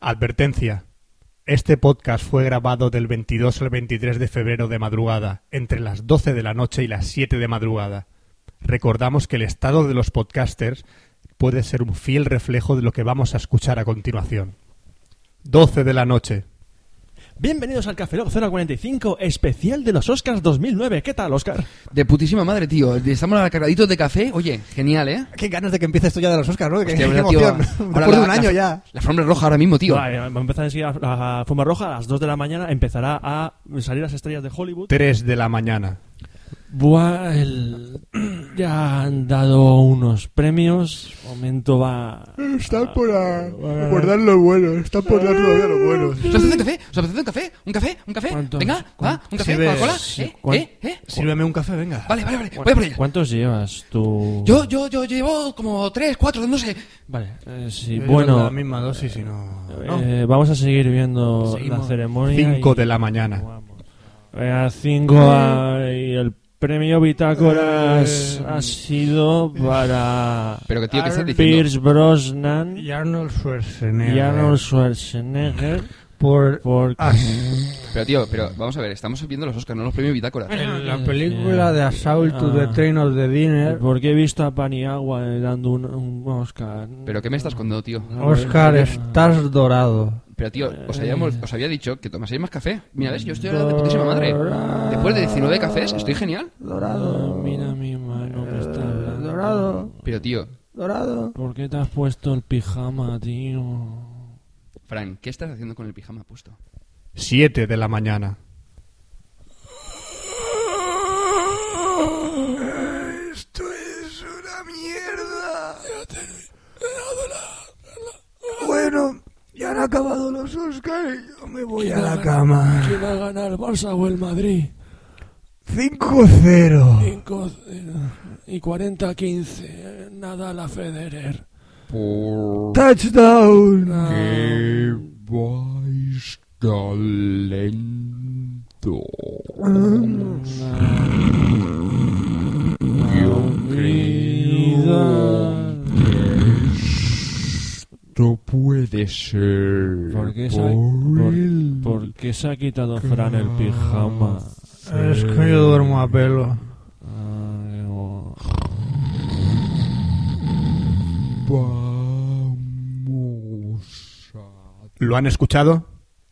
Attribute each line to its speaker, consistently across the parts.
Speaker 1: Advertencia. Este podcast fue grabado del 22 al 23 de febrero de madrugada, entre las 12 de la noche y las 7 de madrugada. Recordamos que el estado de los podcasters puede ser un fiel reflejo de lo que vamos a escuchar a continuación. 12 de la noche.
Speaker 2: Bienvenidos al Café Lock 045, especial de los Oscars 2009. ¿Qué tal, Oscar?
Speaker 3: De putísimas madre, tío. Estamos cargaditos de café. Oye, genial, ¿eh?
Speaker 4: Qué ganas de que empiece esto ya de los Oscars, ¿no? Qué,
Speaker 3: Hostia,
Speaker 4: qué
Speaker 3: ¿verdad, tío?
Speaker 4: emoción.
Speaker 3: Ahora
Speaker 4: Después de
Speaker 3: la-
Speaker 4: un año
Speaker 3: la-
Speaker 4: ya.
Speaker 3: La alfombra es roja ahora mismo, tío.
Speaker 2: Va, eh, va a empezar enseguida la fuma roja a las 2 de la mañana. Empezará a salir las estrellas de Hollywood.
Speaker 1: 3 de la mañana.
Speaker 5: Buah, el- ya han dado unos premios. Momento va.
Speaker 1: Están por guardar lo bueno, están por dar lo bueno.
Speaker 3: ¿Solicitud de café? ¿Solicitud de café? ¿Un café? ¿Un café?
Speaker 5: ¿Cuántos?
Speaker 3: Venga, va,
Speaker 5: ¿Cuántos?
Speaker 3: un café,
Speaker 1: Sí, ves.
Speaker 3: Coca-Cola.
Speaker 5: Sí,
Speaker 3: ¿Eh?
Speaker 5: ¿cuán-
Speaker 3: ¿Eh? ¿Eh?
Speaker 1: Sírveme un café, venga.
Speaker 3: Vale, vale, vale. Voy a por ella.
Speaker 5: ¿Cuántos llevas tú?
Speaker 3: Yo, yo, yo llevo como tres, cuatro, no sé.
Speaker 5: Vale, eh, sí,
Speaker 1: Yo creo que
Speaker 5: bueno.
Speaker 1: La misma dosis, si no.
Speaker 5: eh, vamos a seguir viendo
Speaker 1: Seguimos.
Speaker 5: la ceremonia.
Speaker 1: 5
Speaker 5: y-
Speaker 1: de la mañana.
Speaker 5: Vamos. Eh, a 5 a- y el premio Bitácoras ha sido para.
Speaker 3: Pero que, tío, ¿qué estás
Speaker 5: Pierce
Speaker 3: diciendo?
Speaker 5: Brosnan y
Speaker 1: Arnold Schwarzenegger. Ah,
Speaker 5: Arnold Schwarzenegger
Speaker 1: Por
Speaker 5: por
Speaker 3: Pero, tío, pero vamos a ver, estamos viendo los Oscars, no los premios Bitácora.
Speaker 5: la película de
Speaker 6: Assault
Speaker 5: to
Speaker 3: Ah.
Speaker 5: the Train
Speaker 6: of the Dinner.
Speaker 5: Porque he visto a Paniagua dando un, un Oscar.
Speaker 3: ¿Pero qué me estás contando, tío?
Speaker 6: dorado.
Speaker 3: Pero, tío,
Speaker 5: Eh.
Speaker 3: os, habíamos, os había dicho que tomaseis más café. Mira, ves, yo estoy ahora de putísima madre. Después de 19 cafés, estoy genial.
Speaker 5: Dorado. Mira mi mano que está hablando.
Speaker 3: Pero, tío,
Speaker 6: Dorado.
Speaker 5: ¿Por qué te has puesto el pijama, tío?
Speaker 3: Fran, ¿qué estás haciendo con el pijama puesto?
Speaker 1: 7 de la mañana. Esto es una mierda. Bueno, ya han acabado los Oscars. Yo me voy a la cama.
Speaker 5: ¿Quién va a ganar, el Barça o el Madrid?
Speaker 1: 5-0.
Speaker 5: 5 eh, y 40-15. Nada la Federer.
Speaker 1: Touchdown.
Speaker 3: Ah. ¡Qué vais talento!
Speaker 1: Ah.
Speaker 3: Esto puede ser.
Speaker 5: ¿Por qué, se ha, por- por qué se ha quitado Fran el pijama?
Speaker 6: Es que yo duermo a pelo.
Speaker 5: Ah, digo,
Speaker 3: Vamos a.
Speaker 1: ¿Lo han escuchado?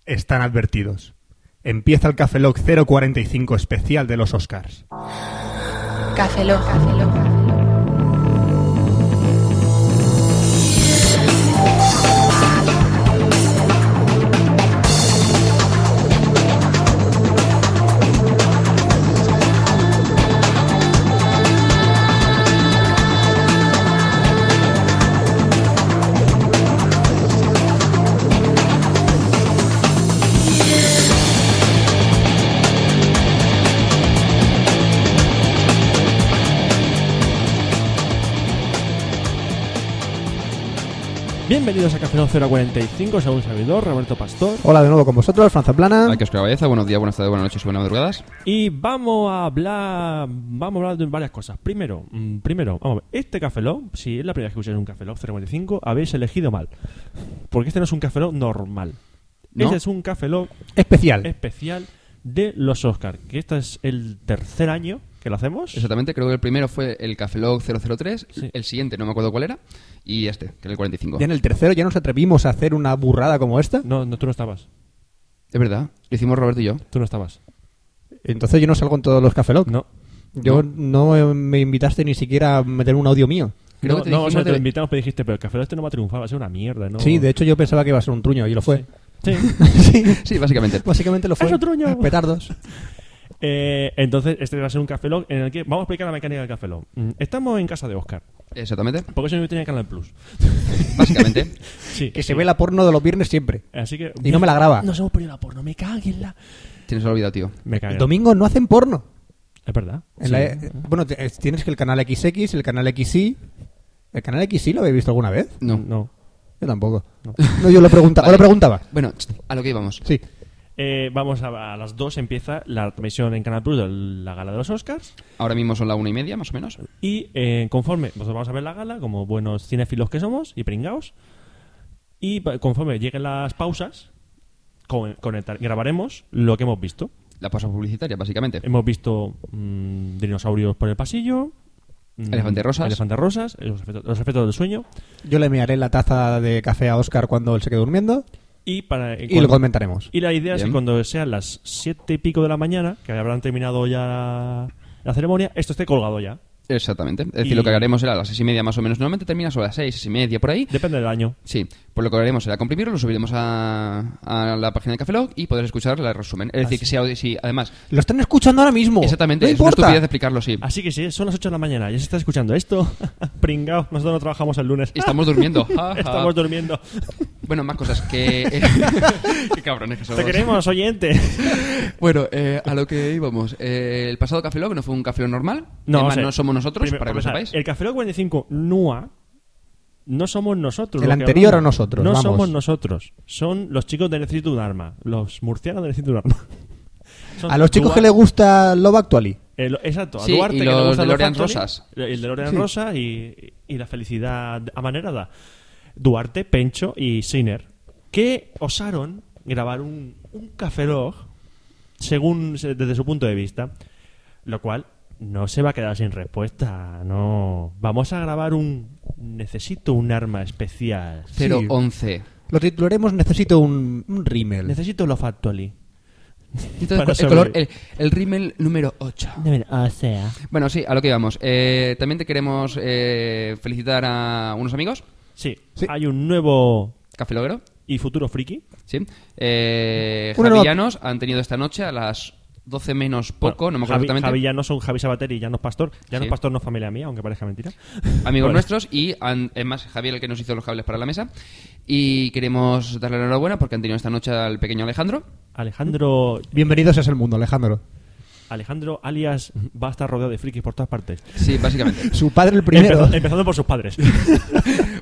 Speaker 1: Están advertidos. Empieza el Café Lock 045 especial de los Oscars.
Speaker 7: Café Lock.
Speaker 5: Bienvenidos a Café No 045, según servidor, Roberto Pastor.
Speaker 4: Hola de nuevo con vosotros, Franza Plana.
Speaker 3: Aquí Oscar Valleza, buenos días, buenas tardes, buenas noches, buenas madrugadas.
Speaker 5: Y vamos a hablar. Vamos a hablar de varias cosas. Primero, mm, primero, vamos a ver, este Café Lock, si es la primera vez que usáis un Café Lock 045, habéis elegido mal. Porque este no es un Café Lock normal.
Speaker 3: ¿No?
Speaker 5: Este es un Café Lock
Speaker 1: Especial.
Speaker 5: especial de los Oscars. Que este es el tercer año que lo hacemos.
Speaker 3: Exactamente, creo que el primero fue el Café Log 003,
Speaker 5: Sí.
Speaker 3: el siguiente no me acuerdo cuál era, y este, que era el 45.
Speaker 4: Ya en el tercero ya nos atrevimos a hacer una burrada como esta.
Speaker 5: No, no, tú no estabas.
Speaker 3: Es verdad, lo hicimos Roberto y yo.
Speaker 5: Tú no estabas.
Speaker 4: Entonces yo no salgo en todos los Café Lock.
Speaker 5: No.
Speaker 4: Yo no eh, me invitaste ni siquiera a meter un audio mío.
Speaker 3: Creo
Speaker 5: no,
Speaker 3: que te
Speaker 5: no, o sea, te
Speaker 3: dijimos de-
Speaker 5: lo invitamos, pero dijiste, pero el Café Lock este no va a triunfar, va a ser una mierda, ¿no?
Speaker 4: Sí, de hecho yo pensaba que iba a ser un truño y lo fue.
Speaker 5: Sí.
Speaker 4: Sí.
Speaker 3: Sí, básicamente.
Speaker 4: Básicamente lo fue.
Speaker 5: Es un truño.
Speaker 4: Petardos.
Speaker 5: Eh, entonces, este va a ser un café log en el que vamos a explicar la mecánica del café log. Mm, Estamos en casa de Oscar,
Speaker 3: Exactamente,
Speaker 5: porque eso no tenía Canal Plus.
Speaker 3: básicamente.
Speaker 5: Sí,
Speaker 4: Que se ve la porno de los viernes siempre.
Speaker 5: así que.
Speaker 4: Y no me la graba.
Speaker 5: Nos hemos perdido la porno, me caguen la.
Speaker 3: Tienes olvidado, tío.
Speaker 5: Me caguen.
Speaker 4: Domingos no hacen porno.
Speaker 5: Es verdad.
Speaker 4: En
Speaker 5: Sí.
Speaker 4: la- eh, bueno, te- eh, tienes que el canal XX, el canal XY. ¿El canal XY lo habéis visto alguna vez?
Speaker 3: No.
Speaker 5: No.
Speaker 4: Yo tampoco. No, yo lo preguntaba. lo
Speaker 3: Vale.
Speaker 4: preguntaba.
Speaker 3: Bueno, a lo que íbamos.
Speaker 4: Sí.
Speaker 5: Eh, vamos a, a las 2 empieza la transmisión en Canal Plus de la gala de los Oscars.
Speaker 3: Ahora mismo son la una y media, más o menos.
Speaker 5: pues Y eh, conforme, nosotros vamos a ver la gala como buenos cinéfilos que somos y pringaos. Y pa- conforme lleguen las pausas, co- conectar- grabaremos lo que hemos visto.
Speaker 3: La pausa publicitaria, básicamente.
Speaker 5: Hemos visto mm, dinosaurios por el pasillo. mm,
Speaker 3: Elefantes rosas.
Speaker 5: Elefantes rosas, los efectos, los efectos del sueño.
Speaker 4: Yo le miraré la taza de café a Oscar cuando él se quede durmiendo
Speaker 5: Y, para,
Speaker 4: y lo comentaremos.
Speaker 5: Y la idea es
Speaker 3: Bien.
Speaker 5: que cuando sean las siete y pico de la mañana, que habrán terminado ya la, la ceremonia, esto esté colgado ya.
Speaker 3: Exactamente. Es
Speaker 5: Y-
Speaker 3: decir, lo que haremos será a las seis y media más o menos. Normalmente termina sobre las seis, seis y media, por ahí.
Speaker 5: Depende del año.
Speaker 3: Sí, pues lo que haremos será comprimirlo, lo subiremos a, a la página de Cafelog y podrás escuchar el resumen. Es decir, que si, audio- si- además,
Speaker 4: Lo están escuchando ahora mismo.
Speaker 3: exactamente,
Speaker 4: No
Speaker 3: es una
Speaker 4: importa.
Speaker 3: estupidez explicarlo, sí.
Speaker 5: Oh, Así que si son las 8 de la mañana y se está escuchando esto, pringao, nosotros no trabajamos el lunes.
Speaker 3: Estamos durmiendo. Ja, ja.
Speaker 5: Estamos durmiendo.
Speaker 3: Bueno, más cosas que... Qué cabrones que somos.
Speaker 5: Te queremos, oyente.
Speaker 3: Bueno, eh, a lo que íbamos. Eh, el pasado Café Lock no fue un Café Lock normal.
Speaker 5: o
Speaker 3: Además,
Speaker 5: sea,
Speaker 3: no somos nosotros,
Speaker 5: primero,
Speaker 3: para que lo
Speaker 5: empezar,
Speaker 3: sepáis.
Speaker 5: El Café Lock 45 NUA no somos nosotros.
Speaker 4: El
Speaker 5: lo que
Speaker 4: anterior
Speaker 5: hablamos.
Speaker 4: a nosotros,
Speaker 5: No
Speaker 4: vamos.
Speaker 5: somos nosotros. Son los chicos de Necesito un Arma. Los murcianos de Necesito un Arma. Son
Speaker 4: A los chicos
Speaker 5: Duarte-
Speaker 4: que les gusta Love Actually.
Speaker 5: el- exacto, a
Speaker 3: Sí,
Speaker 5: Duarte
Speaker 3: y
Speaker 5: que le
Speaker 3: los
Speaker 5: gusta
Speaker 3: DeLorean
Speaker 5: Anthony,
Speaker 3: rosas.
Speaker 5: El DeLorean Rosa y, y la felicidad amanerada. Duarte, Pencho y Siner. Que osaron grabar un, un café log según se- desde su punto de vista. Lo cual no se va a quedar sin respuesta. No. Vamos a grabar un. Necesito un arma especial.
Speaker 3: 011.
Speaker 4: Lo titularemos Necesito un, un rímel.
Speaker 5: Necesito lo factually. Para
Speaker 3: Entonces,
Speaker 5: sobrevivir.
Speaker 3: el, color, el, el rímel número 8.
Speaker 5: O sea.
Speaker 3: Bueno, sí, a lo que íbamos. Eh, también te queremos eh, felicitar a unos amigos,
Speaker 5: Sí,
Speaker 4: Sí.
Speaker 5: hay un nuevo
Speaker 3: Café Loguero,
Speaker 5: y futuro friki.
Speaker 3: ¿sí? Eh,
Speaker 4: Una
Speaker 3: Javillanos han tenido esta noche a las 12 menos poco, no me acuerdo
Speaker 5: Javi,
Speaker 3: exactamente,
Speaker 5: Javi ya no son Javi Sabater y Llanos Pastor. Llanos
Speaker 3: Sí.
Speaker 5: Pastor no es familia mía, aunque parezca mentira.
Speaker 3: amigos
Speaker 5: Vale.
Speaker 3: nuestros, y han- es más, Javier el que nos hizo los cables para la mesa. Y queremos darle la enhorabuena porque han tenido esta noche al pequeño Alejandro.
Speaker 5: Alejandro,
Speaker 4: Bienvenidos a ese mundo, Alejandro.
Speaker 5: Alejandro alias va a estar rodeado de frikis por todas partes.
Speaker 3: Sí, básicamente.
Speaker 4: Su padre el primero.
Speaker 5: Empezando, empezando por sus padres.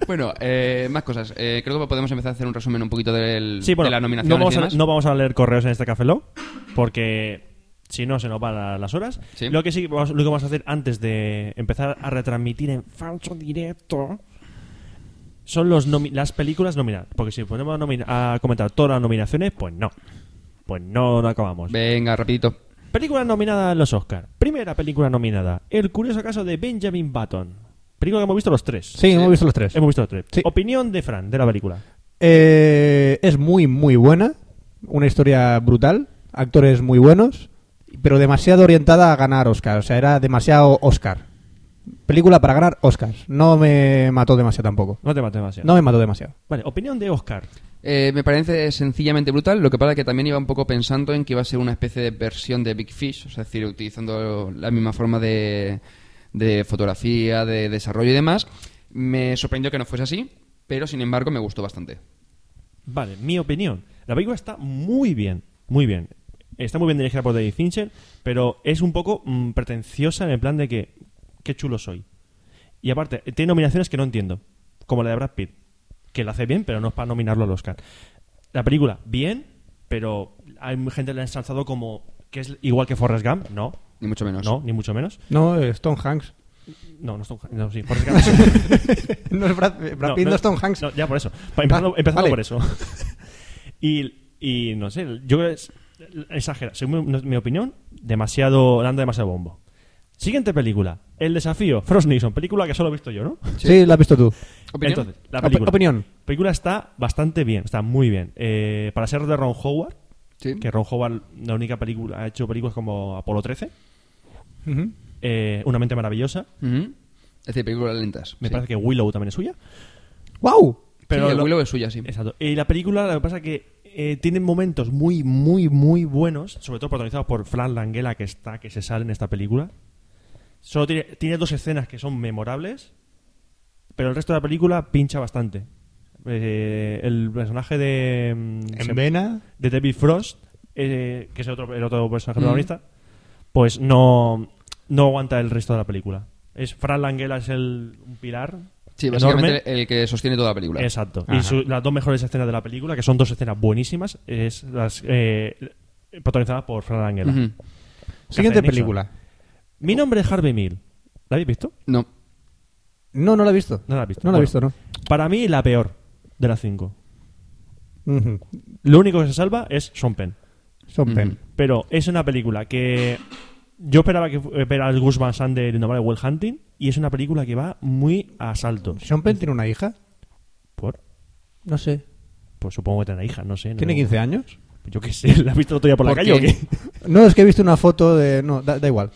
Speaker 3: bueno, eh, más cosas. Eh, creo que podemos empezar a hacer un resumen un poquito del,
Speaker 5: Sí, bueno,
Speaker 3: de la nominación.
Speaker 5: no vamos, a, no vamos a leer correos en este Café Lock, porque si no se nos van a las horas.
Speaker 3: Sí.
Speaker 5: Lo que sí vamos- lo que vamos a hacer antes de empezar a retransmitir en falso directo son los nomi- las películas nominadas. Porque si ponemos a, nomi- a comentar todas las nominaciones, pues no. Pues no, no acabamos.
Speaker 3: Venga, rapidito.
Speaker 5: Película nominada a los Oscar. Primera película nominada. El curioso caso de Benjamin Button. Película que hemos visto los tres.
Speaker 4: Sí, hemos visto los tres.
Speaker 5: Hemos visto los tres.
Speaker 4: Sí.
Speaker 5: Opinión de Fran de la película.
Speaker 4: Eh, es muy, muy buena. Una historia brutal. Actores muy buenos. Pero demasiado orientada a ganar Oscar. O sea, era demasiado Oscar. Película para ganar Oscars. No me mató demasiado tampoco.
Speaker 5: No te mates demasiado.
Speaker 4: No me mató demasiado.
Speaker 5: Vale, opinión de Oscar.
Speaker 3: Eh, me parece sencillamente brutal, lo que pasa que también iba un poco pensando en que iba a ser una especie de versión de Big Fish, o sea, es decir, utilizando la misma forma de, de fotografía, de desarrollo y demás. Me sorprendió que no fuese así, pero sin embargo me gustó bastante.
Speaker 5: Vale, mi opinión. La película está muy bien. Muy bien. Está muy bien dirigida por David Fincher, pero es un poco mm, pretenciosa en el plan de que qué chulo soy. Y aparte, tiene nominaciones que no entiendo. Como la de Brad Pitt, que la hace bien, pero no es para nominarlo al Oscar. La película, bien, pero hay gente que la ha ensalzado como que es igual que Forrest Gump. No,
Speaker 3: Ni mucho menos.
Speaker 5: no, ni mucho menos.
Speaker 4: No, eh, Stone Hanks.
Speaker 5: No, no, es Tom- no sí, Forrest Gump es-
Speaker 4: No es Brad, eh, Brad
Speaker 5: No,
Speaker 4: Pitt,
Speaker 5: no,
Speaker 4: no, es Tom Hanks.
Speaker 5: no, ya por eso. Pa- Empezando,
Speaker 4: Ah,
Speaker 5: empezando
Speaker 4: vale.
Speaker 5: por eso. Y, y no sé, yo creo que es exagera. Según mi, mi opinión, demasiado, le han dado demasiado bombo. Siguiente película, El desafío, Frost Nixon, película que solo he visto yo, ¿no?
Speaker 4: sí. la has visto tú.
Speaker 3: ¿Opinión?
Speaker 5: Entonces, la
Speaker 4: Op-
Speaker 5: película.
Speaker 4: opinión.
Speaker 5: La película está bastante bien, está muy bien. Eh, para ser de Ron Howard,
Speaker 4: Mm.
Speaker 3: Sí.
Speaker 5: que Ron Howard la única película ha hecho películas como Apolo 13, eh, Una mente maravillosa,
Speaker 3: Ujú. Es decir, películas lentas.
Speaker 5: me
Speaker 3: sí.
Speaker 5: parece que Willow también es suya.
Speaker 4: ¡Wow!
Speaker 5: Pero
Speaker 3: el
Speaker 5: lo-
Speaker 3: Willow es suya, sí.
Speaker 5: Exacto. Y la película, lo que pasa es que eh, tiene momentos muy, muy, muy buenos, sobre todo protagonizados por Fran Langella, que está, que se sale en esta película. Solo tiene, tiene dos escenas que son memorables, pero el resto de la película pincha bastante. Eh, el personaje de, mm,
Speaker 4: En
Speaker 5: se-
Speaker 4: Vena.
Speaker 5: de David Frost, eh, que es el otro, el otro personaje protagonista, pues no, no aguanta el resto de la película. Es Fran Langella es el un pilar.
Speaker 3: Sí,
Speaker 5: enorme.
Speaker 3: básicamente el que sostiene toda la película.
Speaker 5: Exacto.
Speaker 4: Ajá.
Speaker 5: Y su- las dos mejores escenas de la película, que son dos escenas buenísimas, es las eh, protagonizadas por Fran Langella.
Speaker 3: Ujú.
Speaker 4: Siguiente
Speaker 5: Nixon.
Speaker 4: película.
Speaker 5: Mi nombre es Harvey Mill. ¿La habéis visto?
Speaker 3: No.
Speaker 4: No, no la he visto.
Speaker 5: No la has visto.
Speaker 4: No la he visto,
Speaker 5: Bueno,
Speaker 4: no.
Speaker 5: Para mí, la peor de las cinco.
Speaker 4: Ujú.
Speaker 5: Lo único que se salva es Sean Penn.
Speaker 4: Son pen.
Speaker 3: Ujú.
Speaker 5: Pero es una película que yo esperaba que fu- eh, ver al Gus Van Sant de Nombre Well Hunting y es una película que va muy a saltos.
Speaker 4: ¿Sean Penn tiene una hija?
Speaker 5: ¿Por?
Speaker 4: No sé.
Speaker 5: Pues supongo que tendrá hija, no sé. no-
Speaker 4: ¿Tiene 15 años?
Speaker 5: Yo qué sé, ¿la has visto el otro día por, la
Speaker 3: ¿Por
Speaker 5: calle o
Speaker 3: qué?
Speaker 5: qué?
Speaker 4: No, es que he visto una foto de... No, da, da igual.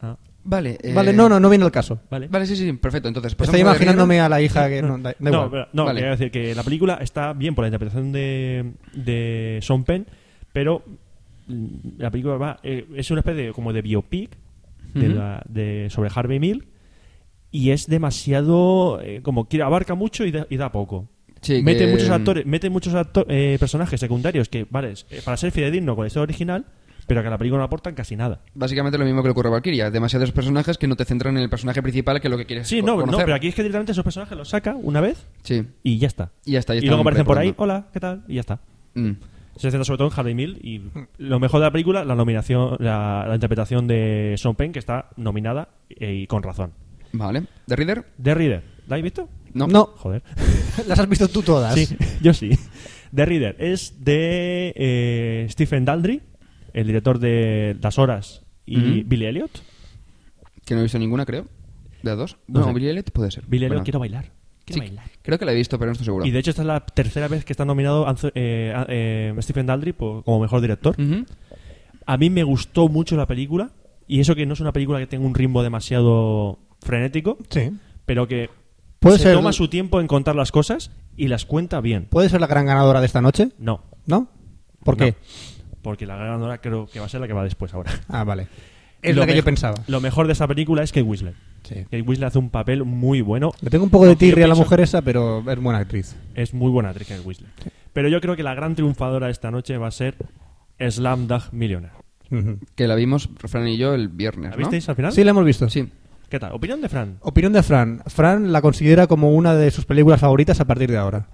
Speaker 4: Ah,
Speaker 3: Vale, eh,
Speaker 4: Vale, no, no, no viene el caso.
Speaker 5: Vale.
Speaker 3: Vale, sí, sí, perfecto. Entonces,
Speaker 4: Estoy
Speaker 3: pasamos de
Speaker 4: imaginándome
Speaker 3: River.
Speaker 4: a la hija que... No, da, da
Speaker 5: No,
Speaker 4: igual.
Speaker 5: pero- no
Speaker 3: Vale.
Speaker 5: quería decir que la película está bien por la interpretación de, de Sean Penn, pero mm, la película va, eh, es una especie de, como de biopic de
Speaker 3: Ujú.
Speaker 5: la- de- sobre Harvey Mill y es demasiado, eh, como que abarca mucho y da, y da poco.
Speaker 3: Sí,
Speaker 5: mete
Speaker 3: que- em,
Speaker 5: muchos actores, mete muchos acto- eh, personajes secundarios que, vale, es- eh, para ser fidedigno con la historia original, pero que a la película no aportan casi nada.
Speaker 3: Básicamente lo mismo que le ocurre a Valkyria. Demasiados personajes que no te centran en el personaje principal, que es lo que quieres
Speaker 5: Sí,
Speaker 3: co-
Speaker 5: no, no,
Speaker 3: conocer.
Speaker 5: pero aquí es que directamente esos personajes los saca una vez
Speaker 3: Sí.
Speaker 5: y ya está.
Speaker 3: Y ya está, ya
Speaker 5: y luego
Speaker 3: están
Speaker 5: aparecen por ahí,
Speaker 3: recordando.
Speaker 5: hola, ¿qué tal? Y ya está.
Speaker 3: Mm.
Speaker 5: Se centra sobre todo en Harvey Mill y lo mejor de la película, la nominación, la, la interpretación de Sean Penn, que está nominada eh, y con razón.
Speaker 3: Vale. ¿De Reader?
Speaker 5: The Reader, ¿la habéis visto?
Speaker 3: No.
Speaker 4: No,
Speaker 5: Joder.
Speaker 4: las has visto tú todas.
Speaker 5: Sí, yo sí. The Reader es de eh, Stephen Daldry, el director de Las Horas y
Speaker 3: Ujú.
Speaker 5: Billy Elliot.
Speaker 3: Que no he visto ninguna, creo. ¿De las dos?
Speaker 5: No
Speaker 3: No,
Speaker 5: sé.
Speaker 3: Billy Elliot puede ser.
Speaker 5: Billy Elliot,
Speaker 3: Bueno.
Speaker 5: quiero bailar. Quiero
Speaker 3: Sí,
Speaker 5: bailar.
Speaker 3: creo que la he visto, pero no estoy seguro.
Speaker 5: Y de hecho esta es la tercera vez que está nominado Anzo- eh, a- eh, Stephen Daldry por- como mejor director.
Speaker 3: Ujú.
Speaker 5: A mí me gustó mucho la película. Y eso que no es una película que tenga un ritmo demasiado frenético,
Speaker 4: Sí.
Speaker 5: pero que
Speaker 4: Puede
Speaker 5: se
Speaker 4: ser-
Speaker 5: toma su tiempo en contar las cosas y las cuenta bien.
Speaker 4: ¿Puede ser la gran ganadora de esta noche?
Speaker 5: No.
Speaker 4: ¿No? ¿Por
Speaker 5: no.
Speaker 4: qué?
Speaker 5: Porque la gran ganadora creo que va a ser la que va después ahora.
Speaker 4: Ah, vale. Es
Speaker 5: Lo
Speaker 4: lo, que yo
Speaker 5: mej-
Speaker 4: pensaba.
Speaker 5: Lo mejor de esa película es que Whistler.
Speaker 4: Sí.
Speaker 5: Kate Winslet hace un papel muy bueno.
Speaker 4: Le tengo un poco de
Speaker 5: Aunque yo
Speaker 4: tirria a la
Speaker 5: pienso-
Speaker 4: mujer esa, pero es buena actriz.
Speaker 5: Es muy buena actriz Kate Winslet. Pero yo creo que la gran triunfadora esta noche va a ser Slamdog Millionaire.
Speaker 4: Ujú.
Speaker 3: Que la vimos, Fran y yo, el viernes,
Speaker 5: ¿La
Speaker 3: ¿no?
Speaker 5: visteis al final?
Speaker 4: Sí, la hemos visto.
Speaker 3: Sí.
Speaker 5: ¿Qué tal? ¿Opinión de Fran?
Speaker 4: Opinión de Fran. Fran la considera como una de sus películas favoritas a partir de ahora.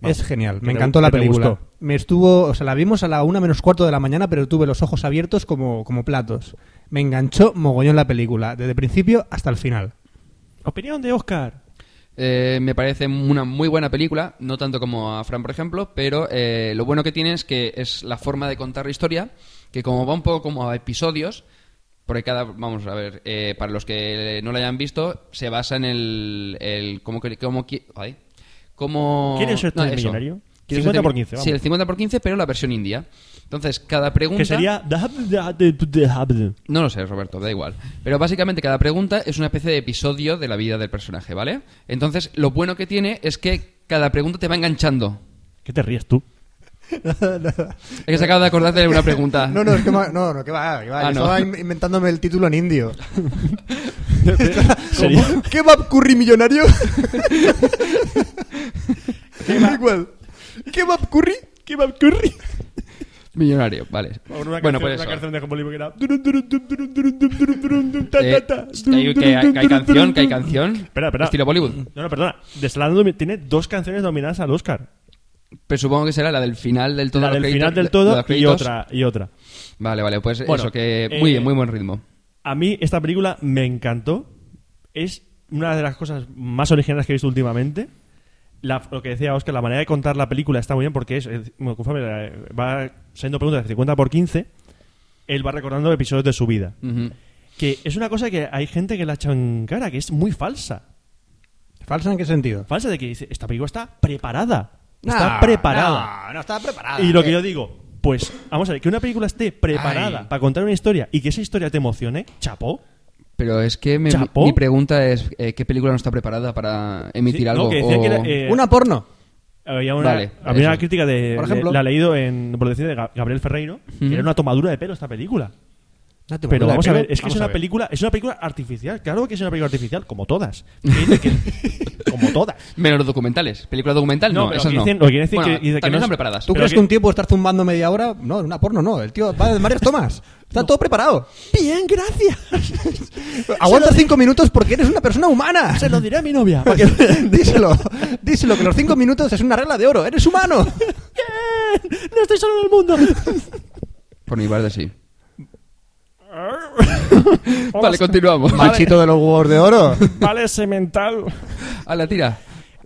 Speaker 5: Vamos,
Speaker 4: es genial.
Speaker 5: que
Speaker 4: Me
Speaker 5: te-
Speaker 4: encantó
Speaker 5: que
Speaker 4: la
Speaker 5: te
Speaker 4: película.
Speaker 5: gustó.
Speaker 4: Me estuvo, o sea, la vimos a la una menos cuarto de la mañana, pero tuve los ojos abiertos como, como platos. Me enganchó mogollón la película, desde el principio hasta el final.
Speaker 5: ¿Opinión de Oscar?
Speaker 3: Eh, me parece una muy buena película, no tanto como a Fran, por ejemplo, pero eh, lo bueno que tiene es que es la forma de contar la historia, que como va un poco como a episodios, porque cada, vamos a ver, eh, para los que no la hayan visto, se basa en el, el cómo, que- cómo, qui- ay, cómo-
Speaker 5: ¿Quieres ser tú el
Speaker 3: eso.
Speaker 5: este millonario?
Speaker 3: ¿Quieres
Speaker 5: 50
Speaker 3: ser-
Speaker 5: por 15,
Speaker 3: Sí,
Speaker 5: vamos.
Speaker 3: el 50 por 15, pero la versión india. Entonces, cada pregunta...
Speaker 5: Que sería...
Speaker 3: No lo sé, Roberto, da igual. Pero básicamente cada pregunta es una especie de episodio de la vida del personaje, ¿vale? Entonces, lo bueno que tiene es que cada pregunta te va enganchando.
Speaker 5: ¿Qué te ríes tú?
Speaker 3: Es que se acaba de acordarte de una pregunta.
Speaker 4: No, no, es que va- no, no, que va, que va.
Speaker 3: Ah,
Speaker 4: Yo
Speaker 3: no.
Speaker 4: Estaba in- inventándome el título en indio.
Speaker 5: Sería-
Speaker 4: ¿Cómo? ¿Qué va curry millonario? Igual. ¿Qué va curry? ¿Qué va curry?
Speaker 3: Millonario, vale. bueno, pues
Speaker 5: la
Speaker 3: eso.
Speaker 5: canción de Jamboli que era...
Speaker 3: Eh, que hay, que hay- que hay canción, que hay canción.
Speaker 5: Espera, espera.
Speaker 3: Estilo Bollywood.
Speaker 5: No, no, perdona. Deslandome tiene dos canciones nominadas al Oscar.
Speaker 3: Pero supongo que será la del final del todo.
Speaker 5: la
Speaker 3: de los
Speaker 5: del
Speaker 3: créditos-
Speaker 5: final del
Speaker 3: de- de
Speaker 5: todo
Speaker 3: los
Speaker 5: y
Speaker 3: créditos.
Speaker 5: otra, y otra.
Speaker 3: Vale, vale, pues
Speaker 5: Bueno,
Speaker 3: eso, que
Speaker 5: eh,
Speaker 3: muy bien, muy buen ritmo.
Speaker 5: A mí esta película me encantó. Es una de las cosas más originales que he visto últimamente. La- lo que decía Oscar, la manera de contar la película está muy bien porque es, es- bueno, conforme la- va siendo preguntas de 50 por 15, él va recordando episodios de su vida.
Speaker 3: Ujú.
Speaker 5: Que es una cosa que hay gente que la ha echado en cara, que es muy falsa.
Speaker 4: ¿Falsa en qué sentido?
Speaker 5: Falsa de que dice, esta película está preparada.
Speaker 4: No,
Speaker 5: Está preparada.
Speaker 4: No, no está preparada.
Speaker 5: Y lo que yo digo, pues vamos a ver, que una película esté preparada
Speaker 4: Ay.
Speaker 5: para contar una historia y que esa historia te emocione, chapó.
Speaker 3: Pero es que me-
Speaker 5: Chapo.
Speaker 3: mi pregunta es: eh, ¿qué película no está preparada para emitir
Speaker 5: Sí, no,
Speaker 3: algo?
Speaker 5: que decía
Speaker 3: O-
Speaker 5: que era, eh,
Speaker 4: Una porno.
Speaker 5: Había una,
Speaker 3: Vale,
Speaker 5: había una
Speaker 3: eso.
Speaker 5: crítica de,
Speaker 4: Por ejemplo.
Speaker 5: de- la he leído en por decir, de Ga- Gabriel Ferreiro,
Speaker 3: Ujú.
Speaker 5: que era una tomadura de pelo esta película. Pero vamos a ver, es que es
Speaker 4: Vamos a
Speaker 5: una
Speaker 4: ver.
Speaker 5: película, es una película artificial, claro que es una película artificial, como todas. Que dice que- como todas.
Speaker 3: Menos los documentales. ¿Película documental?
Speaker 5: No,
Speaker 3: No,
Speaker 5: pero
Speaker 3: esas
Speaker 5: que
Speaker 3: no.
Speaker 5: dicen- lo que quieren decir
Speaker 3: Bueno,
Speaker 5: que- dice que
Speaker 3: también
Speaker 5: no es-
Speaker 3: están preparadas.
Speaker 4: ¿Tú
Speaker 5: Pero
Speaker 4: crees
Speaker 5: que-
Speaker 4: que un tío puede estar zumbando media hora? No, en una porno no. El tío va de varias tomas. Está todo preparado.
Speaker 5: Bien, gracias.
Speaker 4: Aguanta cinco minutos porque eres una persona humana.
Speaker 5: Se lo diré a mi novia.
Speaker 4: Porque- díselo, díselo, que los cinco minutos es una regla de oro. Eres humano.
Speaker 5: Bien, no estoy solo en el mundo.
Speaker 3: Por mi parte, sí. vale, continuamos.
Speaker 4: Machito de los huevos de oro.
Speaker 5: Vale, semental.
Speaker 3: A la tira.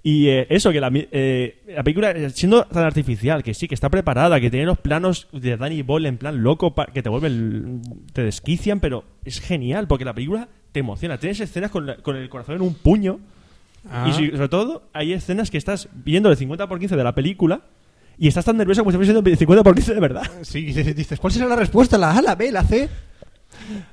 Speaker 5: Y eh, eso, que la, mi- eh, la película, eh, siendo tan artificial, que sí, que está preparada, que tiene los planos de Danny Boyle en plan loco, pa- que te vuelven, te desquician, pero es genial, porque la película te emociona. Tienes escenas con, la- con el corazón en un puño,
Speaker 4: Ah.
Speaker 5: y
Speaker 3: Ah.
Speaker 5: si- sobre todo hay escenas que estás viendo el 50 por 15 de la película y estás tan nervioso como si fuese el 50 por 15 de verdad.
Speaker 4: Sí, dices, ¿cuál será la respuesta? ¿La A, la B, la C?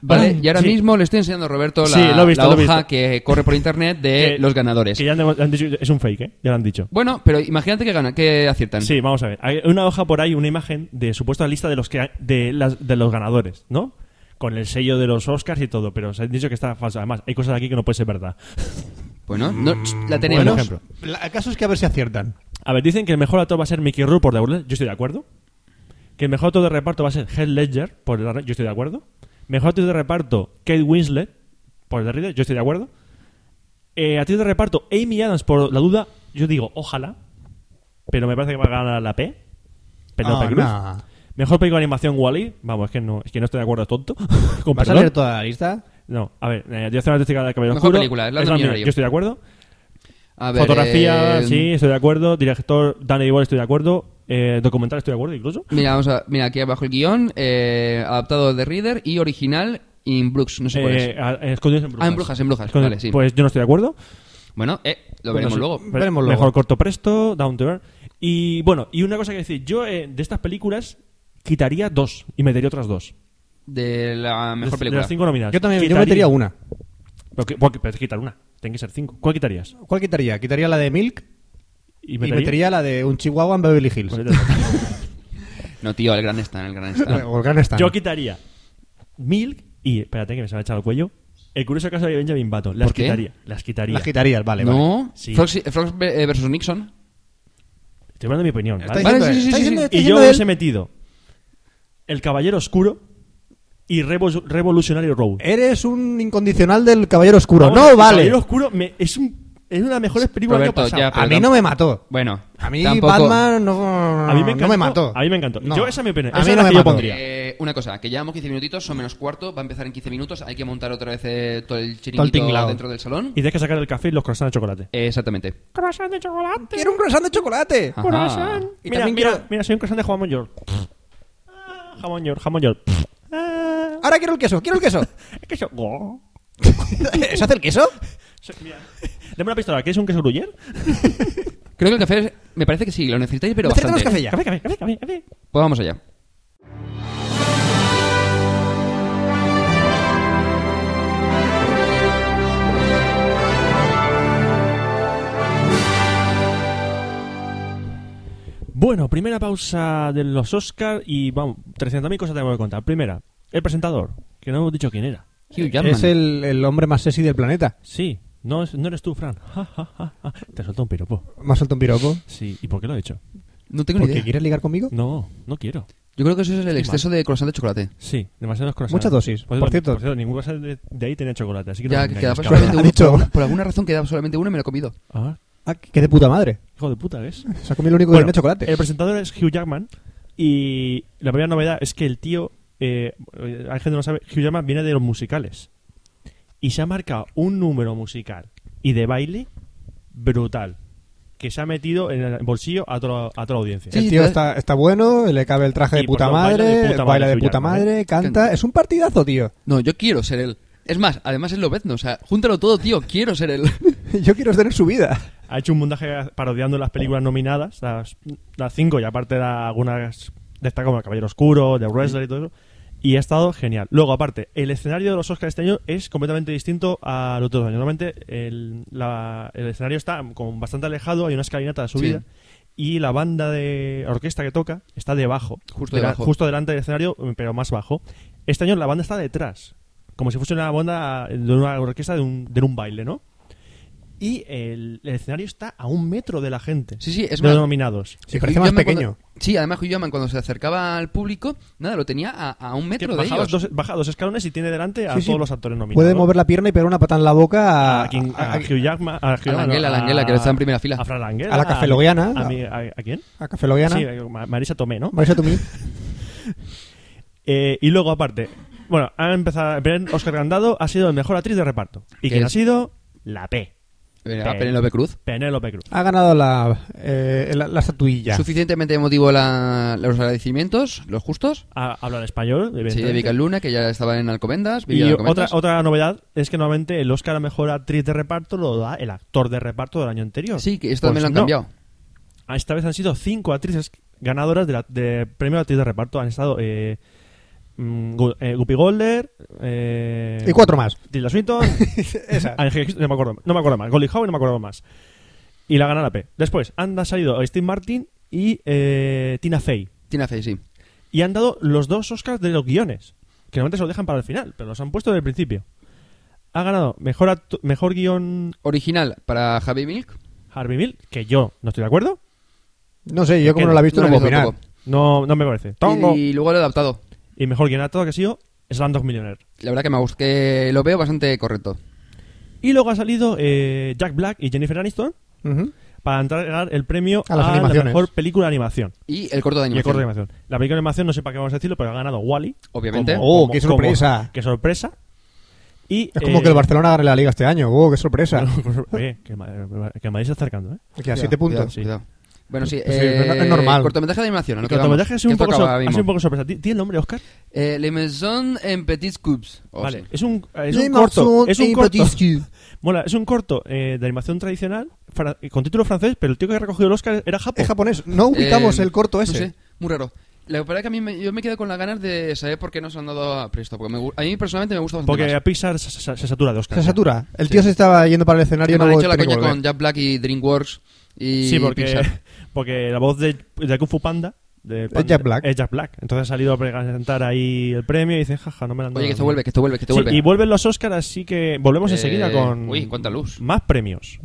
Speaker 3: Vale, y ahora
Speaker 5: Ah, Sí.
Speaker 3: mismo le estoy enseñando a Roberto la,
Speaker 5: Sí, lo he visto,
Speaker 3: la
Speaker 5: lo he
Speaker 3: hoja
Speaker 5: visto.
Speaker 3: que corre por internet de
Speaker 5: Que-
Speaker 3: Eh, los ganadores.
Speaker 5: Que ya han- han dicho- es un fake, ¿eh? Ya lo han dicho.
Speaker 3: Bueno, pero imagínate que ganan, que aciertan.
Speaker 5: Sí, vamos a ver. Hay una hoja por ahí, una imagen de supuesta lista de los que ha- de, las, de los ganadores, ¿no? Con el sello de los Oscars y todo, pero se han dicho que está falso. Además, hay cosas aquí que no puede ser verdad.
Speaker 3: Bueno, no, ch, la tenemos.
Speaker 4: Bueno,
Speaker 5: Mm, Por ejemplo.
Speaker 4: la- el caso es que a ver si aciertan.
Speaker 5: A ver, dicen que el mejor actor va a ser Mickey Rourke por The Burles. Yo estoy de acuerdo. Que el mejor actor de reparto va a ser Heath Ledger por The Ra- Yo estoy de acuerdo. Mejor actor de reparto, Kate Winslet por The Reader. Yo estoy de acuerdo. Eh, actriz de reparto, Amy Adams por La Duda. Yo digo, ojalá. Pero me parece que va a ganar la P. Penélope
Speaker 4: Ah,
Speaker 5: Cruz.
Speaker 4: nah.
Speaker 5: Mejor película de animación, Wally. Vamos, es que no, es que no estoy de acuerdo, tonto. Con
Speaker 4: ¿Vas a
Speaker 5: Oh, perdón.
Speaker 4: leer toda la lista?
Speaker 5: No, a ver, eh, dirección artística de Caballero
Speaker 3: Mejor
Speaker 5: Oscuro.
Speaker 3: película, es la
Speaker 5: Es
Speaker 3: de
Speaker 5: la mía,
Speaker 3: Millonario.
Speaker 5: Yo estoy de acuerdo.
Speaker 3: A ver,
Speaker 5: Fotografía,
Speaker 3: eh,
Speaker 5: sí, estoy de acuerdo. Director, Danny Boyle, estoy de acuerdo. Eh, documental, estoy de acuerdo incluso.
Speaker 3: Mira, vamos a, mira, aquí abajo el guión, eh, adaptado de Reader y original in Brooks, no sé cuál
Speaker 5: Eh,
Speaker 3: es.
Speaker 5: a- eh, Escondidos en Brujas.
Speaker 3: Ah, en Brujas, en Brujas,
Speaker 5: Escondidos-
Speaker 3: vale, sí.
Speaker 5: Pues yo no estoy de acuerdo.
Speaker 3: Bueno, eh, lo
Speaker 5: Bueno,
Speaker 3: veremos
Speaker 5: sí.
Speaker 3: luego.
Speaker 5: Ve-
Speaker 4: Veremos luego.
Speaker 5: Mejor corto presto, Down to Earth. Y bueno, y una cosa que decir, yo eh, de estas películas quitaría dos y metería otras dos.
Speaker 3: De la
Speaker 5: De-
Speaker 3: mejor
Speaker 5: De
Speaker 3: película.
Speaker 5: las cinco nominadas.
Speaker 4: Yo también, yo
Speaker 5: Quitaría-
Speaker 4: metería una.
Speaker 5: Pero, que- porque- pero quitar una. Tienen que ser cinco. ¿Cuál quitarías?
Speaker 4: ¿Cuál quitaría? Quitaría la de Milk
Speaker 5: Y
Speaker 4: y metería, la de un chihuahua en Beverly Hills.
Speaker 5: Pues ya está.
Speaker 3: No, tío, el gran está, el gran está.
Speaker 4: O el Gran Stan.
Speaker 5: Yo quitaría Milk y. Espérate, que me se me ha echado el cuello. El curioso caso de Benjamin Button. Las
Speaker 3: ¿Por qué?
Speaker 5: quitaría. Las quitaría.
Speaker 4: Las quitarías, vale, vale.
Speaker 3: no,
Speaker 5: Sí.
Speaker 3: Fox, eh, Fox ve- eh, versus Nixon.
Speaker 5: Estoy hablando de mi opinión. ¿vale?
Speaker 4: Está diciendo
Speaker 3: Vale, sí,
Speaker 4: él,
Speaker 3: sí,
Speaker 4: está
Speaker 3: sí,
Speaker 4: diciendo él,
Speaker 3: sí.
Speaker 4: está
Speaker 5: Y yo
Speaker 4: diciendo
Speaker 5: hubiese
Speaker 4: él.
Speaker 5: metido El Caballero Oscuro y Revo- Revolutionary Road.
Speaker 4: Eres un incondicional del Caballero Oscuro.
Speaker 5: Vamos,
Speaker 4: no,
Speaker 5: El
Speaker 4: vale.
Speaker 5: Caballero Oscuro me- es, un, es una de las mejores películas que
Speaker 3: Roberto,
Speaker 5: ha pasado.
Speaker 3: ya,
Speaker 4: A mí no me mató.
Speaker 3: Bueno,
Speaker 4: A mí
Speaker 3: tampoco-
Speaker 4: Batman no,
Speaker 5: A mí me
Speaker 4: no me
Speaker 5: encantó,
Speaker 4: mató.
Speaker 5: a mí me encantó. Yo esa es mi opinión,
Speaker 4: A
Speaker 5: esa
Speaker 4: mí
Speaker 5: es
Speaker 4: no
Speaker 5: la
Speaker 4: me
Speaker 5: que yo
Speaker 4: mató.
Speaker 5: pondría.
Speaker 3: Eh, una cosa, que llevamos 15 minutitos, son menos cuarto, va a empezar en 15 minutos, hay que montar otra vez eh, todo el chiringuito
Speaker 4: tinglao.
Speaker 3: dentro del salón.
Speaker 5: Y tienes que sacar el café y los croissants de chocolate.
Speaker 3: Eh, exactamente.
Speaker 5: Croissant de chocolate.
Speaker 4: Quiero un croissant de chocolate.
Speaker 3: Ajá.
Speaker 4: Y
Speaker 5: mira,
Speaker 4: también
Speaker 5: mira,
Speaker 4: quiero-
Speaker 5: mira, soy un croissant de jamón york. Ah, jamón york, jamón york. Ah,
Speaker 4: Ahora quiero el queso, quiero el queso.
Speaker 5: es que eso- Oh.
Speaker 4: ¿Se hace el queso?
Speaker 5: Sí, mira. Dame una pistola, ¿quieres un queso gruyer?
Speaker 3: Creo que el café, es- me parece que sí, lo necesitáis, pero
Speaker 4: Necesitamos
Speaker 3: bastante.
Speaker 4: Este café ya.
Speaker 5: Café, café, café, café, café.
Speaker 3: Pues vamos allá.
Speaker 5: Bueno, primera pausa de los Oscars y vamos, 300.000 cosas tenemos que contar. Primera, el presentador, que no hemos dicho quién era.
Speaker 3: Hugh Jackman.
Speaker 4: Es el, el hombre más sexy del planeta.
Speaker 5: Sí, no, es- no eres tú, Fran. Ja, ja, ja, ja. Te soltó un piropo.
Speaker 4: Más alto un piropo.
Speaker 5: Sí, ¿y por qué lo he hecho?
Speaker 3: No tengo ni
Speaker 4: ¿Porque
Speaker 3: idea.
Speaker 4: quieres ligar conmigo?
Speaker 5: No, no quiero.
Speaker 3: Yo creo que eso es el exceso de croissant de chocolate.
Speaker 5: Sí, demasiados corazones.
Speaker 4: Muchas dosis, por cierto.
Speaker 5: ningún cosa de, de ahí tenía chocolate, así que no
Speaker 3: ya
Speaker 5: me
Speaker 3: que
Speaker 5: engañes,
Speaker 3: quedaba
Speaker 5: cabrón.
Speaker 3: solamente
Speaker 4: Ha
Speaker 3: uno.
Speaker 4: dicho-
Speaker 3: Por, alguna- por alguna razón quedaba solamente uno y me lo he comido.
Speaker 5: Ah,
Speaker 4: Ah, qué de puta madre.
Speaker 5: hijo de puta, ¿ves?
Speaker 4: Se ha comido lo único
Speaker 5: Bueno,
Speaker 4: que tiene chocolate.
Speaker 5: El presentador es Hugh Jackman y la primera novedad es que el tío, eh, eh, hay gente que no lo sabe, Hugh Jackman viene de los musicales y se ha marcado un número musical y de baile brutal que se ha metido en el bolsillo a toda, a toda la audiencia.
Speaker 4: El
Speaker 3: Sí,
Speaker 4: tío
Speaker 3: te-
Speaker 4: está, está bueno, le cabe el traje
Speaker 5: Y,
Speaker 4: de puta
Speaker 5: por favor,
Speaker 4: madre, baila de puta madre,
Speaker 5: Hugh Jackman,
Speaker 4: canta. Es un partidazo, tío.
Speaker 3: No, yo quiero ser él. Es más, además es lobezno. O sea, júntalo todo, tío. Quiero ser él.
Speaker 4: Yo quiero tener su vida.
Speaker 5: Ha hecho un montaje parodiando las películas nominadas, las, las cinco, y aparte da algunas destaca como El Caballero Oscuro, The Wrestler y todo eso. Y ha estado genial. Luego, aparte, el escenario de los Oscars este año es completamente distinto a los otros años. Normalmente el, la- el escenario está como bastante alejado, hay una escalinata de subida. Y la banda de orquesta que toca está debajo,
Speaker 3: Justo
Speaker 5: dela-
Speaker 3: debajo.
Speaker 5: justo delante del escenario, pero más bajo. Este año la banda está detrás, como si fuese una banda eh, de una orquesta de un, de un baile, ¿no? Y el, el escenario está a un metro de la gente.
Speaker 3: Sí, sí, es
Speaker 5: de
Speaker 3: más-
Speaker 5: los nominados.
Speaker 4: Sí,
Speaker 3: Hugh
Speaker 4: parece más
Speaker 3: Jackman
Speaker 4: pequeño.
Speaker 3: cuando- sí, además Hugh Jackman cuando se acercaba al público, nada, lo tenía a, a un
Speaker 5: Que
Speaker 3: metro de
Speaker 5: baja,
Speaker 3: ellos.
Speaker 5: dos, baja dos escalones y tiene delante a
Speaker 4: Sí, sí.
Speaker 5: todos los actores nominados.
Speaker 4: Puede mover la pierna y pegar una pata en la boca a,
Speaker 5: a, quien- a
Speaker 4: a-
Speaker 5: Hugh Jackman, a, Hugh-
Speaker 3: A Langella,
Speaker 5: no,
Speaker 3: a Langella, que está en primera fila.
Speaker 5: A Fran Langella,
Speaker 4: A la cafeloguiana,
Speaker 5: A,
Speaker 4: a-
Speaker 5: mi- a- ¿a quién?
Speaker 4: a Café Loguiana.
Speaker 5: Sí, a Ma- Marisa Tomé, ¿no?
Speaker 4: Marisa Tomei.
Speaker 5: Eh, y luego, aparte, bueno, ha empezado. El primer Oscar que han dado ha sido el mejor actriz de reparto. ¿Y
Speaker 3: Que
Speaker 5: quién
Speaker 3: es-
Speaker 5: ha sido? La P.
Speaker 3: Venga,
Speaker 5: Pe-
Speaker 3: Penélope Cruz.
Speaker 5: Penélope Cruz.
Speaker 4: Ha ganado la, eh, la, la estatuilla.
Speaker 3: Suficientemente emotivo la- los agradecimientos, los justos.
Speaker 5: Ha- Habla en español.
Speaker 3: Sí, de
Speaker 5: evidentemente.
Speaker 3: Vical Luna, que ya estaba en Alcobendas. vivía
Speaker 5: Y
Speaker 3: en
Speaker 5: otra,
Speaker 3: Alcobendas.
Speaker 5: otra novedad es que normalmente el Oscar a mejor actriz de reparto lo da el actor de reparto del año anterior.
Speaker 3: Sí, que esto
Speaker 5: Pues
Speaker 3: también lo han
Speaker 5: no.
Speaker 3: cambiado.
Speaker 5: Ah, Esta vez han sido cinco actrices ganadoras de, la- de premio actriz de reparto. Han estado eh, mm, Gu- eh, Guppy Golder, eh,
Speaker 4: Y cuatro más.
Speaker 5: Tilda Swinton,
Speaker 4: Esa.
Speaker 5: Ah, Angel Hicks, no me acuerdo, no me acuerdo más, Goldie Hawn no me acuerdo más. Y la gana la P. Después han salido Steve Martin y eh, Tina Fey.
Speaker 3: Tina Fey, sí.
Speaker 5: Y han dado los dos Oscars de los guiones. Que normalmente se los dejan para el final, pero los han puesto desde el principio. Ha ganado mejor, actu- mejor guión
Speaker 3: Original para Javi Milk.
Speaker 5: Harvey Milk, que yo no estoy de acuerdo.
Speaker 4: No sé, yo como no la he visto
Speaker 3: lo
Speaker 4: no,
Speaker 3: he
Speaker 4: puedo
Speaker 3: visto
Speaker 4: opinar.
Speaker 3: tampoco.
Speaker 5: No, no me parece. Tongo.
Speaker 3: Y, y luego lo he adaptado.
Speaker 5: Y mejor guion actor que ha sido Slumdog Millionaire.
Speaker 3: La verdad que me gusta, que lo veo bastante correcto.
Speaker 5: Y luego ha salido eh, Jack Black y Jennifer Aniston
Speaker 4: Ujú.
Speaker 5: para entregar el premio
Speaker 4: A las
Speaker 5: la
Speaker 4: animaciones.
Speaker 5: mejor película de animación.
Speaker 3: Y el corto de
Speaker 5: Y el
Speaker 3: animación.
Speaker 5: corto de animación. La película de animación, no sé para qué vamos a decirlo, pero ha ganado Wally.
Speaker 3: Obviamente.
Speaker 4: Oh, qué sorpresa.
Speaker 5: qué sorpresa. Y,
Speaker 4: Es como
Speaker 5: eh,
Speaker 4: que el Barcelona gane la liga este año. ¡Oh, qué sorpresa!
Speaker 5: Oye, que el Madrid, que el Madrid se está acercando, ¿eh?
Speaker 4: que a siete
Speaker 3: Cuidado,
Speaker 4: puntos.
Speaker 3: cuidado. Bueno, sí,
Speaker 4: Pues sí,
Speaker 3: eh,
Speaker 4: no- es normal.
Speaker 3: Cortometraje de animación. a lo
Speaker 5: El
Speaker 3: que vamos,
Speaker 5: cortometraje ha sido
Speaker 3: que
Speaker 5: un,
Speaker 3: esto
Speaker 5: poco
Speaker 3: acaba
Speaker 5: sor-
Speaker 3: ahora
Speaker 5: ha sido un
Speaker 3: mismo.
Speaker 5: poco sorpresa. ¿Ti- ¿Tiene el nombre, Oscar?
Speaker 3: Eh, Le Maison en Petits Cubes. Oh,
Speaker 5: vale,
Speaker 3: sí.
Speaker 5: es un, es
Speaker 4: Le
Speaker 5: un corto.
Speaker 4: Maçon
Speaker 5: Es un
Speaker 4: et
Speaker 5: corto,
Speaker 4: Patisky.
Speaker 5: mola, es un corto eh, de animación tradicional fra- con título francés, pero el tío que ha recogido el Oscar era Japo.
Speaker 4: Es japonés. No ubicamos
Speaker 3: Eh,
Speaker 4: el corto
Speaker 3: no
Speaker 4: ese.
Speaker 3: sé, muy raro. La verdad es que a mí me, yo me quedo con las ganas de saber por qué no se han dado a Presto. Porque me gu- a mí personalmente me gusta bastante.
Speaker 5: Porque
Speaker 3: más.
Speaker 5: a Pixar se, se- se satura de Oscar.
Speaker 4: Se satura. El tío se estaba yendo para el escenario.
Speaker 3: Que me
Speaker 4: No
Speaker 3: han
Speaker 4: voy
Speaker 3: hecho
Speaker 4: a
Speaker 3: la
Speaker 4: tener que
Speaker 3: coña
Speaker 4: volver.
Speaker 3: con Jack Black y DreamWorks y
Speaker 5: Sí, porque,
Speaker 3: Pixar.
Speaker 5: porque la voz de, de Kung Fu Panda. De Pan-
Speaker 4: Jack Black.
Speaker 5: es Jack Black. Entonces ha salido a presentar ahí el premio y dice, jaja, no me lo han dado.
Speaker 3: Oye, que esto vuelve, que esto vuelve, que esto
Speaker 5: Sí,
Speaker 3: vuelve.
Speaker 5: y vuelven los Oscars, así que volvemos
Speaker 3: Eh,
Speaker 5: enseguida con
Speaker 3: uy, cuánta luz.
Speaker 5: más premios.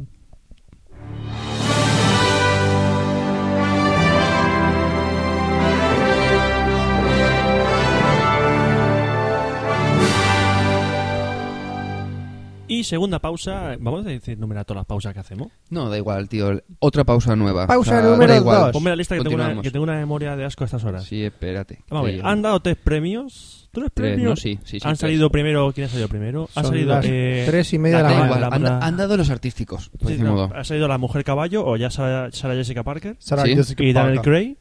Speaker 5: Y segunda pausa, vamos a decir numerar todas las pausas que hacemos.
Speaker 3: No, da igual, tío. Otra pausa nueva.
Speaker 4: Pausa
Speaker 3: da
Speaker 4: número
Speaker 3: igual.
Speaker 4: dos.
Speaker 5: Ponme la lista que tengo, una,
Speaker 3: Continuamos.
Speaker 5: que tengo una memoria de asco a estas horas.
Speaker 3: Sí, espérate.
Speaker 5: Vamos a ver,
Speaker 3: Que-
Speaker 5: han dado tres premios. ¿Tres
Speaker 3: Tres,
Speaker 5: premios?
Speaker 3: ¿no? Sí, sí, sí,
Speaker 5: Han
Speaker 3: tres.
Speaker 5: salido primero, ¿quién ha salido primero? Ha
Speaker 4: Son
Speaker 5: salido
Speaker 4: las
Speaker 5: eh,
Speaker 4: tres y media de
Speaker 3: Da
Speaker 4: la
Speaker 5: Tala-
Speaker 3: igual,
Speaker 5: la-
Speaker 3: han,
Speaker 5: la-
Speaker 3: han dado los artísticos. Por
Speaker 5: Sí,
Speaker 3: decir
Speaker 5: no,
Speaker 3: Pues
Speaker 5: Ah.
Speaker 3: modo.
Speaker 5: ha salido la mujer caballo o ya Sara, Sara Jessica Parker
Speaker 4: Sarah
Speaker 3: Sí.
Speaker 4: Jessica
Speaker 5: y Daniel
Speaker 4: Parker.
Speaker 5: Craig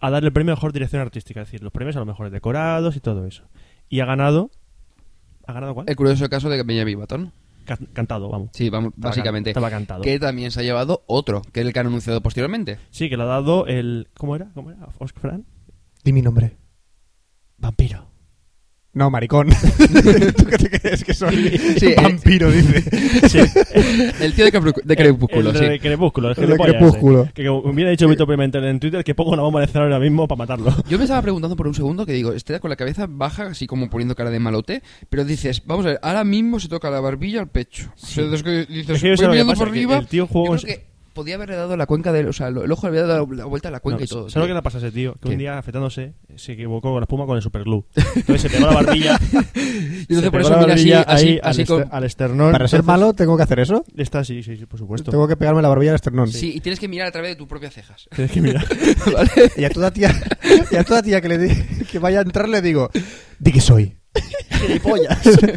Speaker 5: a darle el premio a mejor dirección artística, es decir, los premios a los mejores decorados y todo eso. Y ha ganado ¿Ha ganado cuál?
Speaker 3: El curioso caso de Benjamin Button.
Speaker 5: Ca- Cantado, vamos.
Speaker 3: Sí, vamos,
Speaker 5: Estaba
Speaker 3: básicamente.
Speaker 5: can- estaba cantado.
Speaker 3: Que también se ha llevado otro, que es el que han anunciado posteriormente.
Speaker 5: Sí, que le ha dado el ¿cómo era? ¿Cómo era? Oscar Fran.
Speaker 4: Di mi nombre.
Speaker 5: Vampiro.
Speaker 4: No, maricón. ¿Tú qué te crees que soy?
Speaker 3: Sí,
Speaker 4: Vampiro, dice.
Speaker 5: eh, Sí.
Speaker 3: El tío de, Crepúsculo- de Crepúsculo,
Speaker 5: el,
Speaker 3: sí. Eh.
Speaker 5: de Crepúsculo, el
Speaker 4: El de
Speaker 5: gilipollas ese.
Speaker 4: Crepúsculo.
Speaker 5: Que como hubiera dicho Vito Pimentel en Twitter que pongo una bomba en el escenario ahora mismo para matarlo.
Speaker 3: Yo me estaba preguntando por un segundo que digo, está con la cabeza baja, así como poniendo cara de malote, pero dices, vamos a ver, ahora mismo se toca la barbilla al pecho. O sea, es que dices,
Speaker 5: Es que yo sé
Speaker 3: voy
Speaker 5: lo que
Speaker 3: mirando
Speaker 5: pasa,
Speaker 3: por
Speaker 5: que
Speaker 3: arriba,
Speaker 5: el tío jugó
Speaker 3: yo
Speaker 5: con-
Speaker 3: creo que podía haberle dado la cuenca del, o sea, lo- el ojo le había dado la vuelta a la cuenca
Speaker 5: No,
Speaker 3: y todo.
Speaker 5: ¿Sabes lo
Speaker 3: tío.
Speaker 5: que le pasa a ese tío? Que
Speaker 3: ¿Qué?
Speaker 5: un día, afetándose, se equivocó con la espuma con el superglue. Entonces se pegó la barbilla.
Speaker 3: Y
Speaker 5: se
Speaker 3: entonces por
Speaker 5: pegó
Speaker 3: eso
Speaker 5: la
Speaker 3: mira así,
Speaker 5: barbilla ahí
Speaker 3: así,
Speaker 5: al,
Speaker 3: así
Speaker 5: ester-
Speaker 3: con-
Speaker 5: al esternón.
Speaker 4: Para ser
Speaker 5: Entonces,
Speaker 4: malo, ¿tengo que hacer eso?
Speaker 5: Está, sí, sí, sí, por supuesto.
Speaker 4: Tengo que pegarme la barbilla al esternón.
Speaker 3: Sí, y tienes que mirar a través de tus propias cejas.
Speaker 5: Tienes que mirar.
Speaker 3: ¿Vale?
Speaker 4: Y a toda tía, y a toda tía que, le di- que vaya a entrar le digo, di que soy.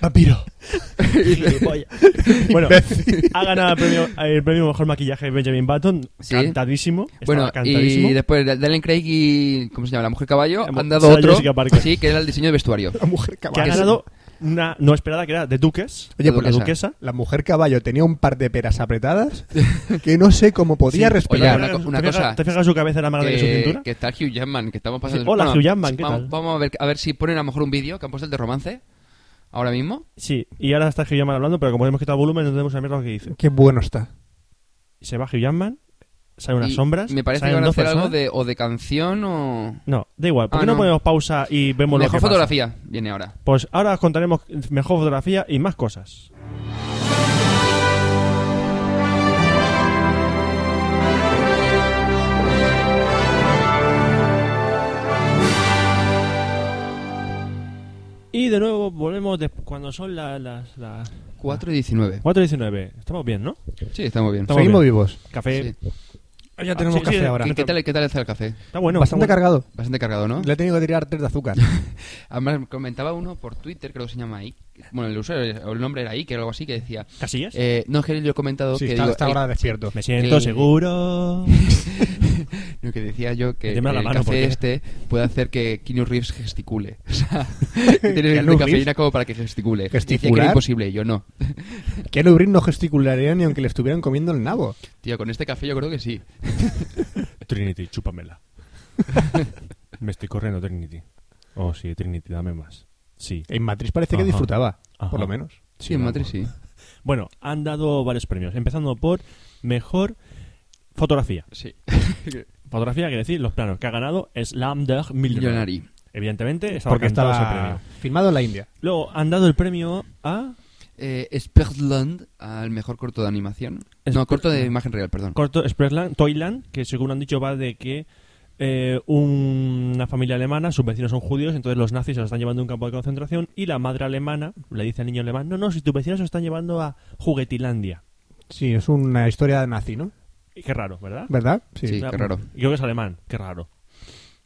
Speaker 4: Vampiro.
Speaker 5: bueno, ha ganado el premio, el premio Mejor Maquillaje de Benjamin Button.
Speaker 3: Sí.
Speaker 5: Cantadísimo. estaba
Speaker 3: Bueno,
Speaker 5: cantadísimo.
Speaker 3: y después Dalen Craig y, ¿cómo se llama? La mujer caballo,
Speaker 5: Sarah
Speaker 3: han dado otro,
Speaker 5: Jessica Parker.
Speaker 3: sí, que era el diseño de vestuario.
Speaker 4: La mujer
Speaker 5: Que ha
Speaker 4: caballo.
Speaker 3: Que es- pues
Speaker 5: ganado una no esperada que era de Duques.
Speaker 4: Oye,
Speaker 5: de
Speaker 4: porque-
Speaker 5: Duquesa.
Speaker 4: La mujer caballo tenía un par de peras apretadas que no sé cómo podía
Speaker 3: Oye,
Speaker 4: respirar.
Speaker 3: una co- una
Speaker 5: ¿Te fijas-
Speaker 3: cosa.
Speaker 5: ¿Te fijas su cabeza era más grande que su
Speaker 3: que,
Speaker 5: cintura?
Speaker 3: que está Hugh Jackman, que estamos pasando.
Speaker 5: Sí, hola, Hugh Jackman, ¿qué
Speaker 3: vamos,
Speaker 5: tal?
Speaker 3: vamos a ver, a ver si ponen a lo mejor un vídeo que han puesto el de romance ahora mismo.
Speaker 5: Sí, y ahora está Hugh Jackman hablando, pero como hemos quitado volumen, no tenemos la mierda lo que dice.
Speaker 4: Qué bueno está.
Speaker 5: Se va Hugh Jackman, salen unas
Speaker 3: Y
Speaker 5: sombras.
Speaker 3: Me parece que
Speaker 5: salen
Speaker 3: van a
Speaker 5: dos
Speaker 3: hacer algo
Speaker 5: personas.
Speaker 3: de, o de canción o.
Speaker 5: No, da igual. ¿Por
Speaker 3: Ah,
Speaker 5: qué no,
Speaker 3: no.
Speaker 5: ponemos pausa y vemos lo que
Speaker 3: mejor
Speaker 5: pasa?
Speaker 3: fotografía viene ahora.
Speaker 5: Pues ahora os contaremos mejor fotografía y más cosas. Y de nuevo volvemos de- cuando son la- las, las
Speaker 3: 4 y 19.
Speaker 5: 4 y 19. Estamos bien, ¿no?
Speaker 3: Sí, está muy bien.
Speaker 5: Ah. Estamos
Speaker 4: Seguimos
Speaker 5: bien.
Speaker 4: vivos.
Speaker 5: Café.
Speaker 4: Ah,
Speaker 5: Ah,
Speaker 4: Ya tenemos
Speaker 5: sí, sí,
Speaker 4: café
Speaker 5: sí.
Speaker 4: ahora.
Speaker 3: ¿Qué, qué tal, ¿Qué tal está el café?
Speaker 5: Está bueno.
Speaker 4: Bastante
Speaker 5: está bueno.
Speaker 4: cargado.
Speaker 3: Bastante cargado, ¿no?
Speaker 4: Le he tenido que tirar tres de azúcar.
Speaker 3: Además, comentaba uno por Twitter, creo que se llama Ike. Bueno, el usuario, el nombre era Ike o algo así, que decía...
Speaker 5: ¿Casillas?
Speaker 3: eh, no, es que yo he comentado
Speaker 1: Sí,
Speaker 3: que
Speaker 1: está,
Speaker 3: digo,
Speaker 1: está
Speaker 3: eh,
Speaker 1: ahora despierto.
Speaker 5: Me siento
Speaker 3: que-
Speaker 5: seguro.
Speaker 3: lo que decía yo que el
Speaker 5: Méteme la mano,
Speaker 3: café
Speaker 5: porque-
Speaker 3: este puede hacer que Keanu Reeves gesticule. O sea, que tiene
Speaker 1: ¿Keanu
Speaker 3: la cafeína
Speaker 1: Reeves?
Speaker 3: como para que gesticule. Decía que
Speaker 1: ¿Gesticular?
Speaker 3: era imposible, yo no.
Speaker 4: Keanu Reeves no gesticularía ni aunque le estuvieran comiendo el nabo.
Speaker 3: Tío, con este café yo creo que sí.
Speaker 5: Trinity, chúpamela. Me estoy corriendo, Trinity. Oh, sí, Trinity, dame más. Sí.
Speaker 4: En Matrix parece
Speaker 5: Ajá.
Speaker 4: que disfrutaba,
Speaker 5: Ajá.
Speaker 4: por lo menos.
Speaker 3: Sí, en
Speaker 5: vamos.
Speaker 3: Matrix sí.
Speaker 5: Bueno, han dado varios premios, empezando por mejor fotografía.
Speaker 3: Sí.
Speaker 5: Fotografía quiere decir los planos que ha ganado es Lambda Millionary.
Speaker 3: Millonari.
Speaker 5: Evidentemente, estaba
Speaker 4: Porque
Speaker 5: cantado
Speaker 4: estaba
Speaker 5: ese premio.
Speaker 4: filmado en la India.
Speaker 5: Luego han dado el premio a
Speaker 3: Eh, Spectland al mejor corto de animación.
Speaker 5: Espe-
Speaker 3: No, corto de imagen real, perdón.
Speaker 5: Corto Expressland, Toyland, que según han dicho va de que eh, un- una familia alemana, sus vecinos son judíos, entonces los nazis se los están llevando a un campo de concentración y la madre alemana le dice al niño alemán, no, no, si tus vecinos se los están llevando a Juguetilandia.
Speaker 4: Sí, es una historia de nazi, ¿no?
Speaker 5: Y Qué raro, ¿verdad?
Speaker 4: ¿Verdad?
Speaker 3: Sí.
Speaker 5: Claro,
Speaker 3: qué raro.
Speaker 5: Creo que es alemán, qué raro.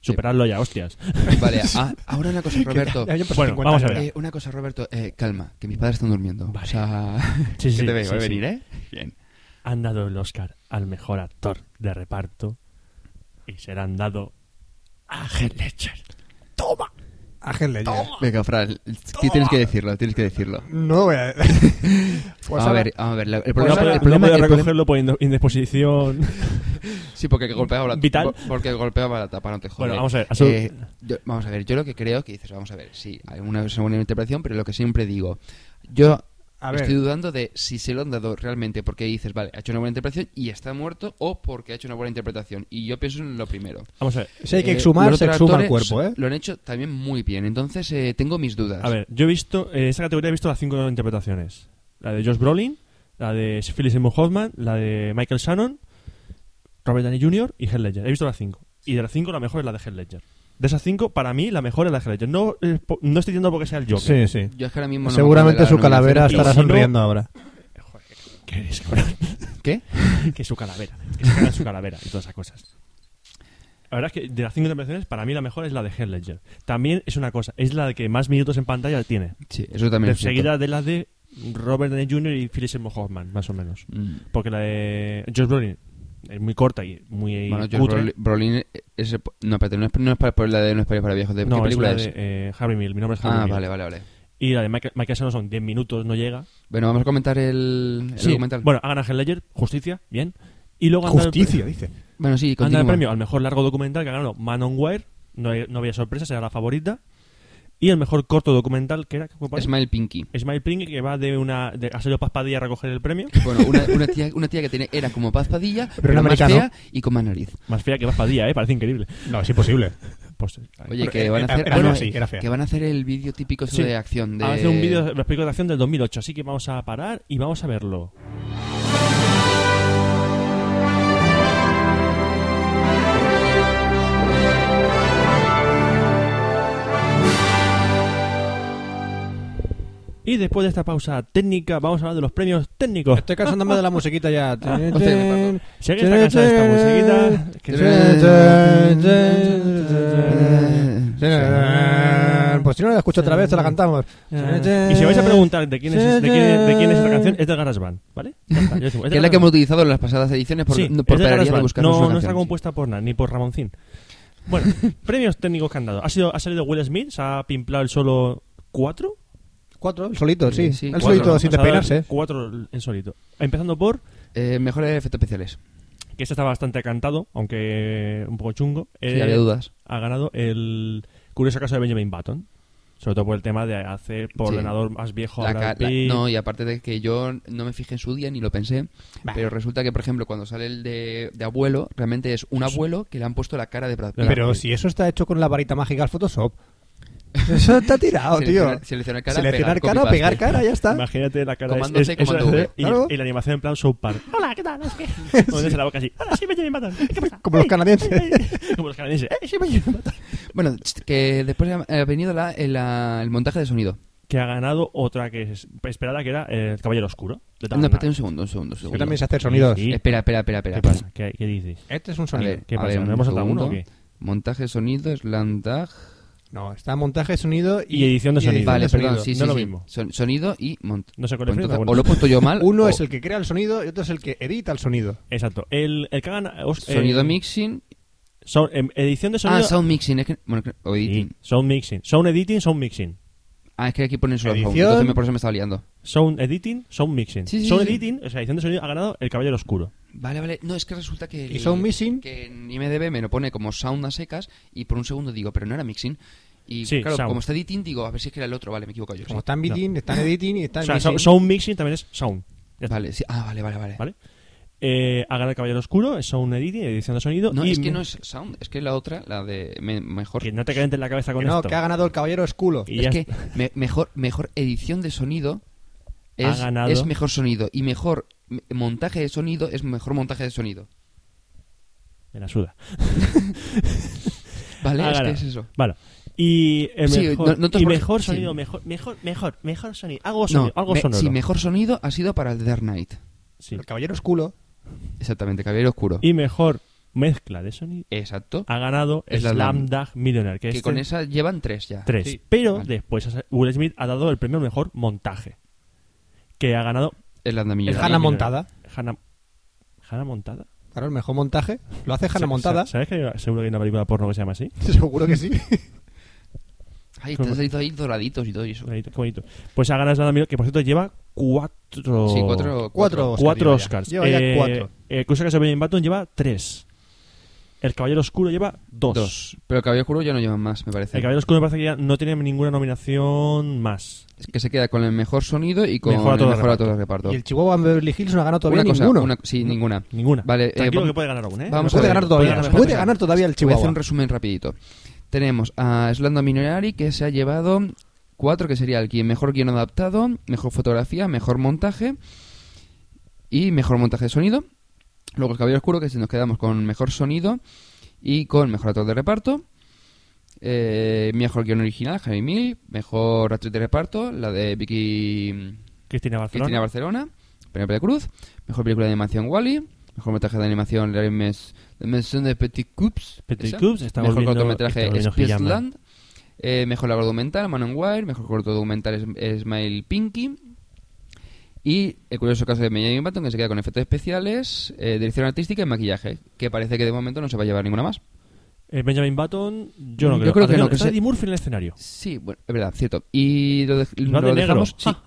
Speaker 5: Superadlo ya, hostias.
Speaker 3: Vale, ah, ahora una cosa, Roberto.
Speaker 4: Ya habían pasado
Speaker 5: Bueno,
Speaker 4: 50
Speaker 5: vamos a
Speaker 4: años.
Speaker 5: ver.
Speaker 3: Eh, una cosa, Roberto. Eh, calma, que mis padres están durmiendo.
Speaker 5: Vale.
Speaker 3: O sea,
Speaker 5: Sí, sí,
Speaker 3: que te veo
Speaker 5: sí,
Speaker 3: eh,
Speaker 5: sí.
Speaker 3: venir, ¿eh? Bien.
Speaker 5: Han dado el Oscar al mejor actor de reparto y serán dado a Heath Ledger.
Speaker 4: Ángel Ledger.
Speaker 3: Venga, Fran, ¿qué tienes que decirlo? Tienes que decirlo.
Speaker 4: No voy a... Pues
Speaker 3: a
Speaker 4: ahora-
Speaker 3: ver, a ver, la- el
Speaker 5: No puede- no
Speaker 3: problema, el problema-
Speaker 5: puede
Speaker 3: el problema-
Speaker 5: recogerlo por indo- indisposición.
Speaker 3: Sí, porque golpeaba la
Speaker 5: Vital.
Speaker 3: por- Porque golpeaba la tapa, no te jodas.
Speaker 5: Bueno, vamos a ver, absolut-
Speaker 3: yo, vamos a ver, yo lo que creo que dices, vamos a ver, sí, hay una, es una buena interpretación, pero lo que siempre digo, yo
Speaker 4: A ver.
Speaker 3: estoy dudando de si se lo han dado realmente porque dices, vale, ha hecho una buena interpretación y está muerto o porque ha hecho una buena interpretación. Y yo pienso en lo primero.
Speaker 5: Vamos a ver.
Speaker 4: Si hay que
Speaker 3: Eh,
Speaker 4: exhumar,
Speaker 3: los
Speaker 4: se
Speaker 3: otros
Speaker 4: exhuma el
Speaker 3: actores
Speaker 4: cuerpo, ¿eh?
Speaker 3: Lo han hecho también muy bien, entonces eh, tengo mis dudas.
Speaker 5: A ver, yo he visto, en esa categoría he visto las cinco interpretaciones. La de Josh Brolin, la de Philip Seymour Hoffman, la de Michael Shannon, Robert Downey Jr. y Heath Ledger. He visto las cinco. Y de las cinco la mejor es la de Heath Ledger. De esas cinco, para mí, la mejor es la de Heath Ledger. No, eh, po- no estoy diciendo porque sea el
Speaker 4: Sí,
Speaker 5: Joker.
Speaker 4: sí.
Speaker 3: Yo es que ahora mismo no
Speaker 4: Pues
Speaker 3: me
Speaker 4: Seguramente
Speaker 3: acuerdo
Speaker 4: su
Speaker 3: de la
Speaker 4: calavera
Speaker 3: nominación.
Speaker 4: estará
Speaker 5: Y si no-
Speaker 4: sonriendo ahora.
Speaker 5: Que es, cabrón.
Speaker 3: ¿Qué?
Speaker 5: que su calavera. Que se caga en su calavera y todas esas cosas. La verdad es que de las cinco interpretaciones, para mí la mejor es la de Heath Ledger. También es una cosa, es la que más minutos en pantalla tiene.
Speaker 3: Sí, eso también
Speaker 5: de
Speaker 3: es cierto.
Speaker 5: seguida de la de Robert Downey Jr. y Philip Seymour Hoffman, más o menos.
Speaker 3: Mm.
Speaker 5: Porque la de Josh Brolin es muy corta y muy
Speaker 3: Bueno, Josh
Speaker 5: cutre.
Speaker 3: Brolin, Brolin es, es- no, espérate, no es, no es para, por la de No es para, para viejos. ¿De qué
Speaker 5: no, es
Speaker 3: película
Speaker 5: la
Speaker 3: es?
Speaker 5: de eh, Harry Mill. Mi nombre es Harry
Speaker 3: Ah,
Speaker 5: Mill.
Speaker 3: vale, vale, vale.
Speaker 5: Y la de Michael, Michael Shannon son 10 minutos, no llega.
Speaker 3: Bueno, vamos a comentar el, el
Speaker 5: Sí,
Speaker 3: documental.
Speaker 5: Bueno, hagan Angel Ledger, justicia, bien. Y luego han dado el pre-
Speaker 4: Justicia, dice.
Speaker 3: Bueno, sí,
Speaker 5: han dado
Speaker 3: continúa.
Speaker 5: el premio al mejor largo documental que ha ganado Man on Wire. No, hay- no había sorpresa, será la favorita. Y el mejor corto documental que era... ¿cuál?
Speaker 3: Smile Pinky.
Speaker 5: Smile Pring, que va de una... De, ha salido Paz Padilla a recoger el premio.
Speaker 3: Bueno, una, una tía, una tía que tiene, era como Paz Padilla, pero,
Speaker 4: era
Speaker 3: más
Speaker 4: americano.
Speaker 3: fea y con más nariz.
Speaker 5: Más fea que Paz Padilla, ¿eh? Parece increíble.
Speaker 4: No, es imposible.
Speaker 5: Pues,
Speaker 3: Oye,
Speaker 4: Pero
Speaker 3: que van a
Speaker 4: era-
Speaker 3: hacer...
Speaker 4: era
Speaker 3: ah, no,
Speaker 4: así, era fea.
Speaker 3: Que van a hacer el vídeo típico eso
Speaker 5: Sí.
Speaker 3: de acción. De...
Speaker 5: Ahora hace un vídeo de los películas de acción del 2008, así que vamos a parar y vamos a verlo. Y después de esta pausa técnica, vamos a hablar de los premios técnicos.
Speaker 4: Estoy cansándome de la musiquita ya.
Speaker 3: me
Speaker 5: Si alguien está cansado de esta musiquita, que
Speaker 3: Eh,
Speaker 4: Pues si no la escucho otra vez, te la cantamos.
Speaker 5: Y si vais a preguntar de quién es, de quién es- de quién es esta canción, es de GarageBand, ¿vale? Ya está, ya decimos, es de
Speaker 3: Que es la que
Speaker 5: GarageBand.
Speaker 3: hemos utilizado en las pasadas ediciones por,
Speaker 5: Sí,
Speaker 3: no- por
Speaker 5: es de
Speaker 3: parar de
Speaker 5: GarageBand.
Speaker 3: buscar
Speaker 5: No, no está compuesta por nada, ni por Ramoncín. Bueno, premios técnicos que han dado. Ha, sido, ha salido Will Smith, se ha pimplado el solo cuatro.
Speaker 4: Cuatro, solito, sí.
Speaker 3: Sí, sí.
Speaker 4: El
Speaker 3: Cuatro,
Speaker 4: solito,
Speaker 5: ¿no?
Speaker 4: sin
Speaker 5: O sea,
Speaker 4: despeinarse.
Speaker 5: Cuatro en solito. Empezando por,
Speaker 3: mejores Eh, efectos especiales.
Speaker 5: que este está bastante cantado, aunque un poco chungo.
Speaker 3: Si
Speaker 5: Eh,
Speaker 3: había dudas.
Speaker 5: Ha ganado el curioso caso de Benjamin Button. Sobre todo por el tema de hacer por
Speaker 3: Sí.
Speaker 5: ordenador más viejo.
Speaker 3: La
Speaker 5: a Brad
Speaker 3: ca- la-
Speaker 5: Pitt.
Speaker 3: no, y aparte de que yo no me fijé en su día ni lo pensé, pero resulta que, por ejemplo, cuando sale el de, de abuelo, realmente es un abuelo que le han puesto la cara de Brad Pitt.
Speaker 4: Pero si eso está hecho con la varita mágica al Photoshop. Eso está tirado, tío.
Speaker 3: Seleccionar- Ah, seleccionar cara,
Speaker 4: Seleccionar
Speaker 3: pegar,
Speaker 4: cara,
Speaker 3: copy-paste.
Speaker 4: pegar cara, ya está.
Speaker 5: Imagínate la cara
Speaker 3: Comando C, comando V.
Speaker 5: y,
Speaker 4: Claro.
Speaker 5: y la animación en plan South Park. Hola, ¿qué tal? Es que... Donde se la boca así. Hola, sí, Benjamin Button. ¿Qué pasa?
Speaker 4: Como los
Speaker 5: Ey,
Speaker 4: canadienses.
Speaker 5: ey, ey. Como los canadienses. Eh, sí, Benjamin Button.
Speaker 3: eh, Bueno, ch- que después ha ha venido la- el, la- el montaje de sonido.
Speaker 5: que ha ganado otra que es esperada, que era eh, El Caballero Oscuro. de
Speaker 3: No, espérate
Speaker 5: Dark
Speaker 3: un segundo, un segundo, un segundo.
Speaker 4: Yo también sé hacer sonidos.
Speaker 5: Sí.
Speaker 3: Espera, espera, espera,
Speaker 5: Knight.
Speaker 3: espera.
Speaker 5: ¿Qué pasa? ¿Qué, qué dices?
Speaker 4: Este es un
Speaker 3: A
Speaker 4: sonido.
Speaker 3: ver,
Speaker 5: ¿Qué
Speaker 3: a
Speaker 5: pasa?
Speaker 3: ver,
Speaker 5: ¿No
Speaker 3: un
Speaker 5: hemos atado uno
Speaker 3: segundo.
Speaker 5: o qué?
Speaker 3: Montaje de sonido, slandag.
Speaker 4: No, está montaje de sonido y,
Speaker 5: Y edición de sonido.
Speaker 3: Vale,
Speaker 4: sonido.
Speaker 3: perdón, sí,
Speaker 5: No
Speaker 3: sí,
Speaker 5: lo
Speaker 3: sí.
Speaker 5: mismo.
Speaker 3: Son- Sonido y montaje.
Speaker 5: No sé cuál es el
Speaker 3: entonces,
Speaker 5: bueno.
Speaker 3: o lo he puesto yo mal.
Speaker 4: Uno
Speaker 3: o
Speaker 4: es el que crea el sonido y otro es el que edita el sonido.
Speaker 5: Exacto. El, el que hagan. os- eh,
Speaker 3: Sonido mixing.
Speaker 5: sound- em, edición de sonido.
Speaker 3: Ah, sound mixing. Es que, bueno, que- o
Speaker 5: Sí,
Speaker 3: editing.
Speaker 5: sound mixing. Sound editing, sound mixing.
Speaker 3: Ah, es que aquí ponen solo sound.
Speaker 4: Edición.
Speaker 3: Entonces me- por eso me estaba liando.
Speaker 5: Sound editing, sound mixing.
Speaker 3: Sí, sí,
Speaker 5: sound
Speaker 3: sí.
Speaker 5: editing, o sea, edición de sonido, ha ganado El Caballero Oscuro.
Speaker 3: Vale, vale. No, es que resulta que.
Speaker 4: ¿Y sound mixing?
Speaker 3: Que en IMDb me lo pone como sound a secas y por un segundo digo, pero no era mixing. Y
Speaker 5: Sí,
Speaker 3: claro,
Speaker 5: sound.
Speaker 3: como está editing, digo, a ver si es que era el otro. Vale, me equivoco yo.
Speaker 4: Como
Speaker 3: sí.
Speaker 4: están biting, están editing y están
Speaker 5: o sea,
Speaker 4: mixing.
Speaker 5: so- sound mixing también es sound. Ya está.
Speaker 3: Vale, sí. Ah, vale, vale, vale.
Speaker 5: este. Vale. Eh, ha ganado El Caballero Oscuro, es sound editing, edición de sonido.
Speaker 3: No,
Speaker 5: y
Speaker 3: es que no es sound, es que la otra, la de me- mejor.
Speaker 5: Que no te calientes la cabeza
Speaker 4: Que
Speaker 5: con
Speaker 4: no,
Speaker 5: esto.
Speaker 4: que ha ganado el caballero esculo.
Speaker 5: Y ya
Speaker 3: es que
Speaker 5: está.
Speaker 3: me- mejor, mejor edición de sonido
Speaker 5: Ha
Speaker 3: es,
Speaker 5: ganado.
Speaker 3: es mejor sonido y mejor m- montaje de sonido es mejor montaje de sonido.
Speaker 5: Me la suda.
Speaker 3: Vale,
Speaker 5: Ha
Speaker 3: es que
Speaker 5: ganado.
Speaker 3: es eso.
Speaker 5: Vale. Y el
Speaker 3: Sí,
Speaker 5: mejor,
Speaker 3: no- no te
Speaker 5: y
Speaker 3: por-
Speaker 5: mejor
Speaker 3: sí.
Speaker 5: sonido, mejor, mejor, mejor, mejor sonido. Algo,
Speaker 3: No,
Speaker 5: sonido, algo
Speaker 3: me-
Speaker 5: sonoro.
Speaker 3: sí, mejor sonido ha sido para el Dark Knight.
Speaker 5: Sí.
Speaker 4: El caballero esculo.
Speaker 3: Exactamente, Caballero Oscuro.
Speaker 5: Y mejor mezcla de sonido
Speaker 3: Exacto.
Speaker 5: ha ganado
Speaker 3: Es la
Speaker 5: Slam
Speaker 3: Lam-
Speaker 5: Dunk Millionaire, que,
Speaker 3: que
Speaker 5: este-
Speaker 3: con esa llevan tres ya.
Speaker 5: tres.
Speaker 3: Sí.
Speaker 5: Pero
Speaker 3: Vale.
Speaker 5: después ha- Will Smith ha dado el premio al mejor montaje, que ha ganado
Speaker 3: El
Speaker 4: Es
Speaker 3: andamillo.
Speaker 5: Hannah
Speaker 4: Hanna
Speaker 5: Miller.
Speaker 4: Montada.
Speaker 5: Hannah... ¿Hannah Montada?
Speaker 4: Claro, el mejor montaje. Lo hace
Speaker 5: Sa-
Speaker 4: Hanna Montada.
Speaker 5: sa- ¿Sabes que hay- seguro que hay una película porno que se llama así?
Speaker 4: Seguro que sí.
Speaker 3: Ahí te han salido ahí doraditos y todo eso.
Speaker 5: Ahí, Qué bonito. Pues ha ganado Slam Dunk, que por cierto lleva cuatro...
Speaker 3: Sí, cuatro,
Speaker 4: Cuatro. Oscar
Speaker 5: cuatro
Speaker 4: lleva ya.
Speaker 5: Oscars.
Speaker 4: Lleva ya
Speaker 5: Eh,
Speaker 4: cuatro.
Speaker 5: El curso que se ve en Baton lleva tres. El Caballero Oscuro lleva dos.
Speaker 3: Dos. Pero Caballero Oscuro ya no llevan más, me parece.
Speaker 5: El Caballero Oscuro me parece que ya no tiene ninguna nominación más.
Speaker 3: Es que se queda con el mejor sonido y con
Speaker 5: Mejor a
Speaker 3: el
Speaker 5: todo
Speaker 3: mejor a
Speaker 5: reparto.
Speaker 3: todo el reparto.
Speaker 4: Y el Chihuahua en Beverly Hills no ha ganado todavía
Speaker 3: una cosa,
Speaker 4: ninguno.
Speaker 3: una- sí, ninguna.
Speaker 5: Ninguna.
Speaker 3: Vale, eh,
Speaker 5: Tranquilo
Speaker 3: vam-
Speaker 5: que puede ganar aún, ¿eh?
Speaker 3: vamos
Speaker 4: Puede
Speaker 3: a ver,
Speaker 4: ganar todavía.
Speaker 3: vamos a ver,
Speaker 4: Puede
Speaker 3: vamos a
Speaker 4: ganar todavía el
Speaker 3: Voy a hacer
Speaker 4: Chihuahua.
Speaker 3: un resumen rapidito. Tenemos a Slando Minori que se ha llevado cuatro, que sería el guion- mejor guión adaptado, mejor fotografía, mejor montaje y mejor montaje de sonido. Luego el Caballero Oscuro, que si nos quedamos con mejor sonido y con mejor actor de reparto. Eh, mejor guión original, Jaime Mill. Mejor actriz de reparto, la de Vicky
Speaker 5: Cristina Barcelona.
Speaker 3: Cristina Barcelona, Penélope de Cruz, mejor película de animación Wally, mejor montaje de animación La Mes, La Mención de Petit Coups,
Speaker 5: Petit
Speaker 3: esa.
Speaker 5: Coups, está
Speaker 3: mejor
Speaker 5: volviendo-
Speaker 3: cortometraje
Speaker 5: está volviendo
Speaker 3: Space
Speaker 5: Hiyama.
Speaker 3: Land, eh, mejor labor documental Man on Wire, mejor corto documental es- Smile Pinky y el curioso caso de Benjamin Button que se queda con efectos especiales, eh, dirección artística y maquillaje, que parece que de momento no se va a llevar ninguna más.
Speaker 5: Eh, Benjamin Button, yo no creo.
Speaker 3: Yo creo que
Speaker 5: Atención,
Speaker 3: no, que
Speaker 5: está
Speaker 3: se-
Speaker 5: Eddie Murphy en el escenario.
Speaker 3: Sí, bueno, es verdad, cierto. Y lo, dej-
Speaker 5: Va
Speaker 3: lo
Speaker 5: de negro.
Speaker 3: dejamos. sí.
Speaker 5: Ja,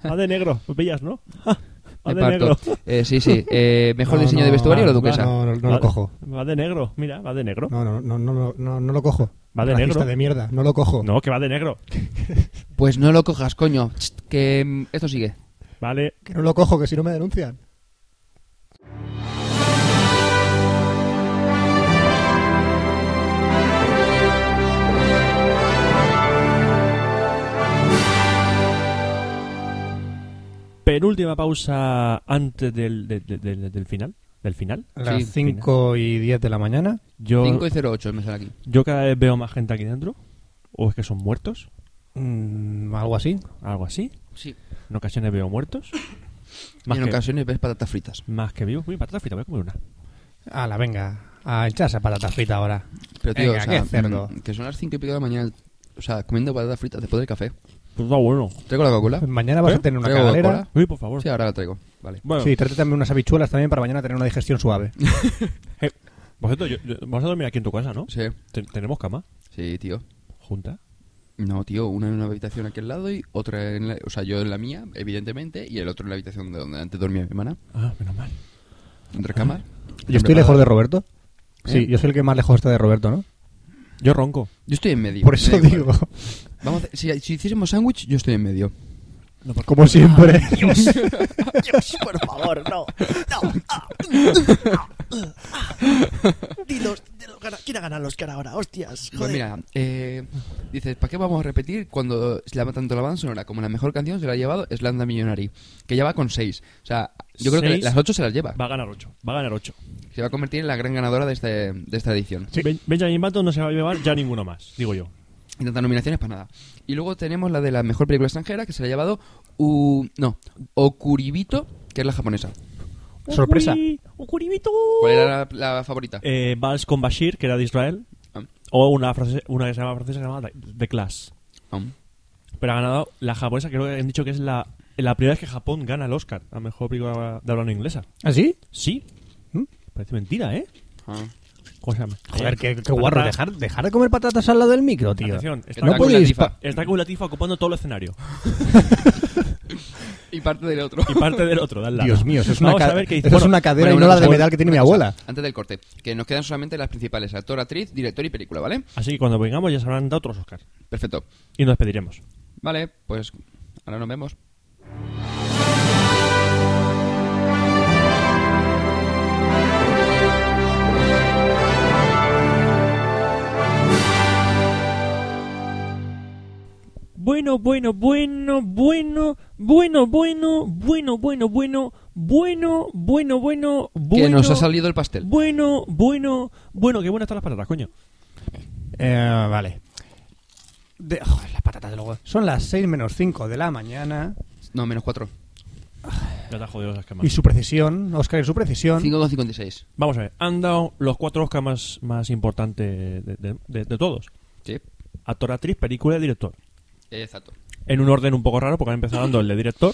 Speaker 5: ja. Va de negro. Pues Veías, ¿no? Ja, Va
Speaker 3: Me
Speaker 5: Ah, de
Speaker 3: parto.
Speaker 5: negro.
Speaker 3: Eh, sí, sí. Eh, mejor
Speaker 4: No,
Speaker 3: diseño
Speaker 4: no,
Speaker 3: de vestuario
Speaker 4: va,
Speaker 3: o la
Speaker 4: va,
Speaker 3: duquesa.
Speaker 4: No, no, no
Speaker 5: Va-
Speaker 4: lo cojo.
Speaker 5: Va de negro. Mira, va de negro.
Speaker 4: No, no, no, no, no, no, no lo cojo.
Speaker 5: Va de
Speaker 4: Racista
Speaker 5: negro.
Speaker 4: de mierda. No lo cojo.
Speaker 5: No, que va de negro.
Speaker 3: Pues no lo cojas, coño. Chst, Que mm, esto sigue.
Speaker 5: Vale.
Speaker 4: Que no lo cojo, que si no me denuncian.
Speaker 5: Penúltima pausa antes del, de- de- de- del final. Del final.
Speaker 4: A las
Speaker 3: Sí,
Speaker 4: 5 y 10 de la mañana.
Speaker 5: Yo,
Speaker 3: 5 y 08 me sale aquí.
Speaker 5: yo cada vez veo más gente aquí dentro. O es que son muertos.
Speaker 4: Mm, algo así.
Speaker 5: Algo así.
Speaker 3: Sí.
Speaker 5: En ocasiones veo muertos.
Speaker 3: Y
Speaker 5: Más,
Speaker 3: en
Speaker 5: que,
Speaker 3: ocasiones ves patatas fritas.
Speaker 5: más que vivos. Uy, patata frita, voy a comer una.
Speaker 4: A la venga. A echarse patata frita ahora.
Speaker 3: Pero tío,
Speaker 4: Venga,
Speaker 3: o sea,
Speaker 4: qué cerdo.
Speaker 3: mm, que son las 5 y pico de la mañana. O sea, comiendo patatas fritas después del café.
Speaker 5: Pues va bueno.
Speaker 3: ¿Traigo la Coca-Cola?
Speaker 4: Mañana vas
Speaker 5: ¿Eh?
Speaker 4: a tener una
Speaker 3: ¿Traigo
Speaker 4: cagalera.
Speaker 5: Uy, por favor.
Speaker 3: Sí, ahora la traigo. Vale.
Speaker 5: Bueno,
Speaker 4: Sí, trate también unas habichuelas también para mañana tener una digestión suave.
Speaker 5: por cierto, yo- yo- vamos a dormir aquí en tu casa, ¿no?
Speaker 3: Sí.
Speaker 5: Te- ¿Tenemos cama
Speaker 3: Sí, tío.
Speaker 5: junta?
Speaker 3: No, tío, una en una habitación aquí al lado y otra en la... O sea, yo en la mía, evidentemente, y el otro en la habitación de donde antes dormía mi hermana.
Speaker 5: Ah, menos mal.
Speaker 3: En tres camas.
Speaker 4: Yo estoy lejos de
Speaker 3: Preparadas.
Speaker 4: Roberto.
Speaker 5: ¿Eh?
Speaker 4: Sí, yo soy el que más lejos está de Roberto, ¿no?
Speaker 5: Yo ronco.
Speaker 3: Yo estoy en medio.
Speaker 4: Por eso
Speaker 3: Me da igual.
Speaker 4: digo,
Speaker 3: Vamos a hacer- si, si hiciésemos sándwich, yo estoy en medio. Pues
Speaker 4: como siempre.
Speaker 6: Por favor, no. No. Ah. Dilos, dilos, gana- ¿quién ha ganado los cara ahora? Hostias,
Speaker 3: Pues
Speaker 6: joder.
Speaker 3: mira, eh, dices, ¿para qué vamos a repetir cuando se la, tanto la banda sonora como la mejor canción se la ha llevado Slanda Millonary? Que ya va con 6. O sea, yo creo
Speaker 5: Seis.
Speaker 3: que las 8 se las lleva.
Speaker 5: Va a ganar 8. Va a ganar 8.
Speaker 3: Se va a convertir en la gran ganadora de, este, de esta edición.
Speaker 5: Benjamin Button no se va a llevar ya ninguno más, digo yo.
Speaker 3: Y tantas nominaciones para nada. Y luego tenemos la de la mejor película extranjera, que se la ha llevado U... no, Okuribito, que es la japonesa.
Speaker 1: Sorpresa.
Speaker 5: ¡Un curibito!
Speaker 3: ¿Cuál era la, la favorita?
Speaker 5: Eh, Vals con Bashir, que era de Israel.
Speaker 3: Ah.
Speaker 5: O una, frase- una que se llama francesa que se llama The Class.
Speaker 3: Ah.
Speaker 5: Pero ha ganado la japonesa, creo que han dicho que es la, la primera vez que Japón gana el Oscar a mejor película de habla no inglesa.
Speaker 4: ¿Ah, sí?
Speaker 5: Sí.
Speaker 4: ¿Mm?
Speaker 5: Parece mentira, ¿eh?
Speaker 3: Ah.
Speaker 5: ¿Cómo se llama?
Speaker 4: Joder,
Speaker 5: Eh,
Speaker 4: qué, qué
Speaker 5: patata-
Speaker 4: guarro. Dejar, dejar de comer patatas al lado del micro, tío.
Speaker 5: Atención, está,
Speaker 3: Está
Speaker 4: No
Speaker 5: con-
Speaker 3: con la
Speaker 4: podéis
Speaker 3: tifa.
Speaker 4: pa-
Speaker 5: está con la tifa ocupando todo el escenario.
Speaker 3: Y parte del otro.
Speaker 5: Y parte del otro, dale.
Speaker 4: Dios mío, eso es una,
Speaker 5: Vamos
Speaker 4: ca-
Speaker 5: a ver qué dice.
Speaker 4: eso es
Speaker 5: Bueno,
Speaker 4: una cadera
Speaker 3: Bueno,
Speaker 4: y no
Speaker 3: una
Speaker 4: la de
Speaker 3: cosa,
Speaker 4: metal que tiene mi
Speaker 3: una cosa,
Speaker 4: abuela.
Speaker 3: Antes del corte, que nos quedan solamente las principales: actor, actriz, director y película, ¿vale?
Speaker 5: Así que cuando vengamos ya se habrán dado otros Oscars.
Speaker 3: Perfecto.
Speaker 5: Y nos despediremos.
Speaker 3: Vale, pues ahora nos vemos.
Speaker 5: Bueno, bueno, bueno, bueno, bueno, bueno, bueno, bueno, bueno, bueno, bueno, bueno, bueno.
Speaker 3: Que nos ha salido el pastel.
Speaker 5: Bueno, bueno, bueno, qué buenas están las patatas, coño.
Speaker 4: Eh, vale. De- joder, las patatas de luego. Son las 6 menos 5 de la mañana.
Speaker 3: No, menos 4.
Speaker 5: Ya te has jodido las
Speaker 4: Y su precisión, Oscar, y su precisión.
Speaker 3: 5,56.
Speaker 5: Vamos a ver, han dado los cuatro Oscars más, más importantes de, de- de- de todos.
Speaker 3: Sí,
Speaker 5: Actor, actriz, película y director.
Speaker 3: exacto.
Speaker 5: En un orden un poco raro porque han empezado dando el de director.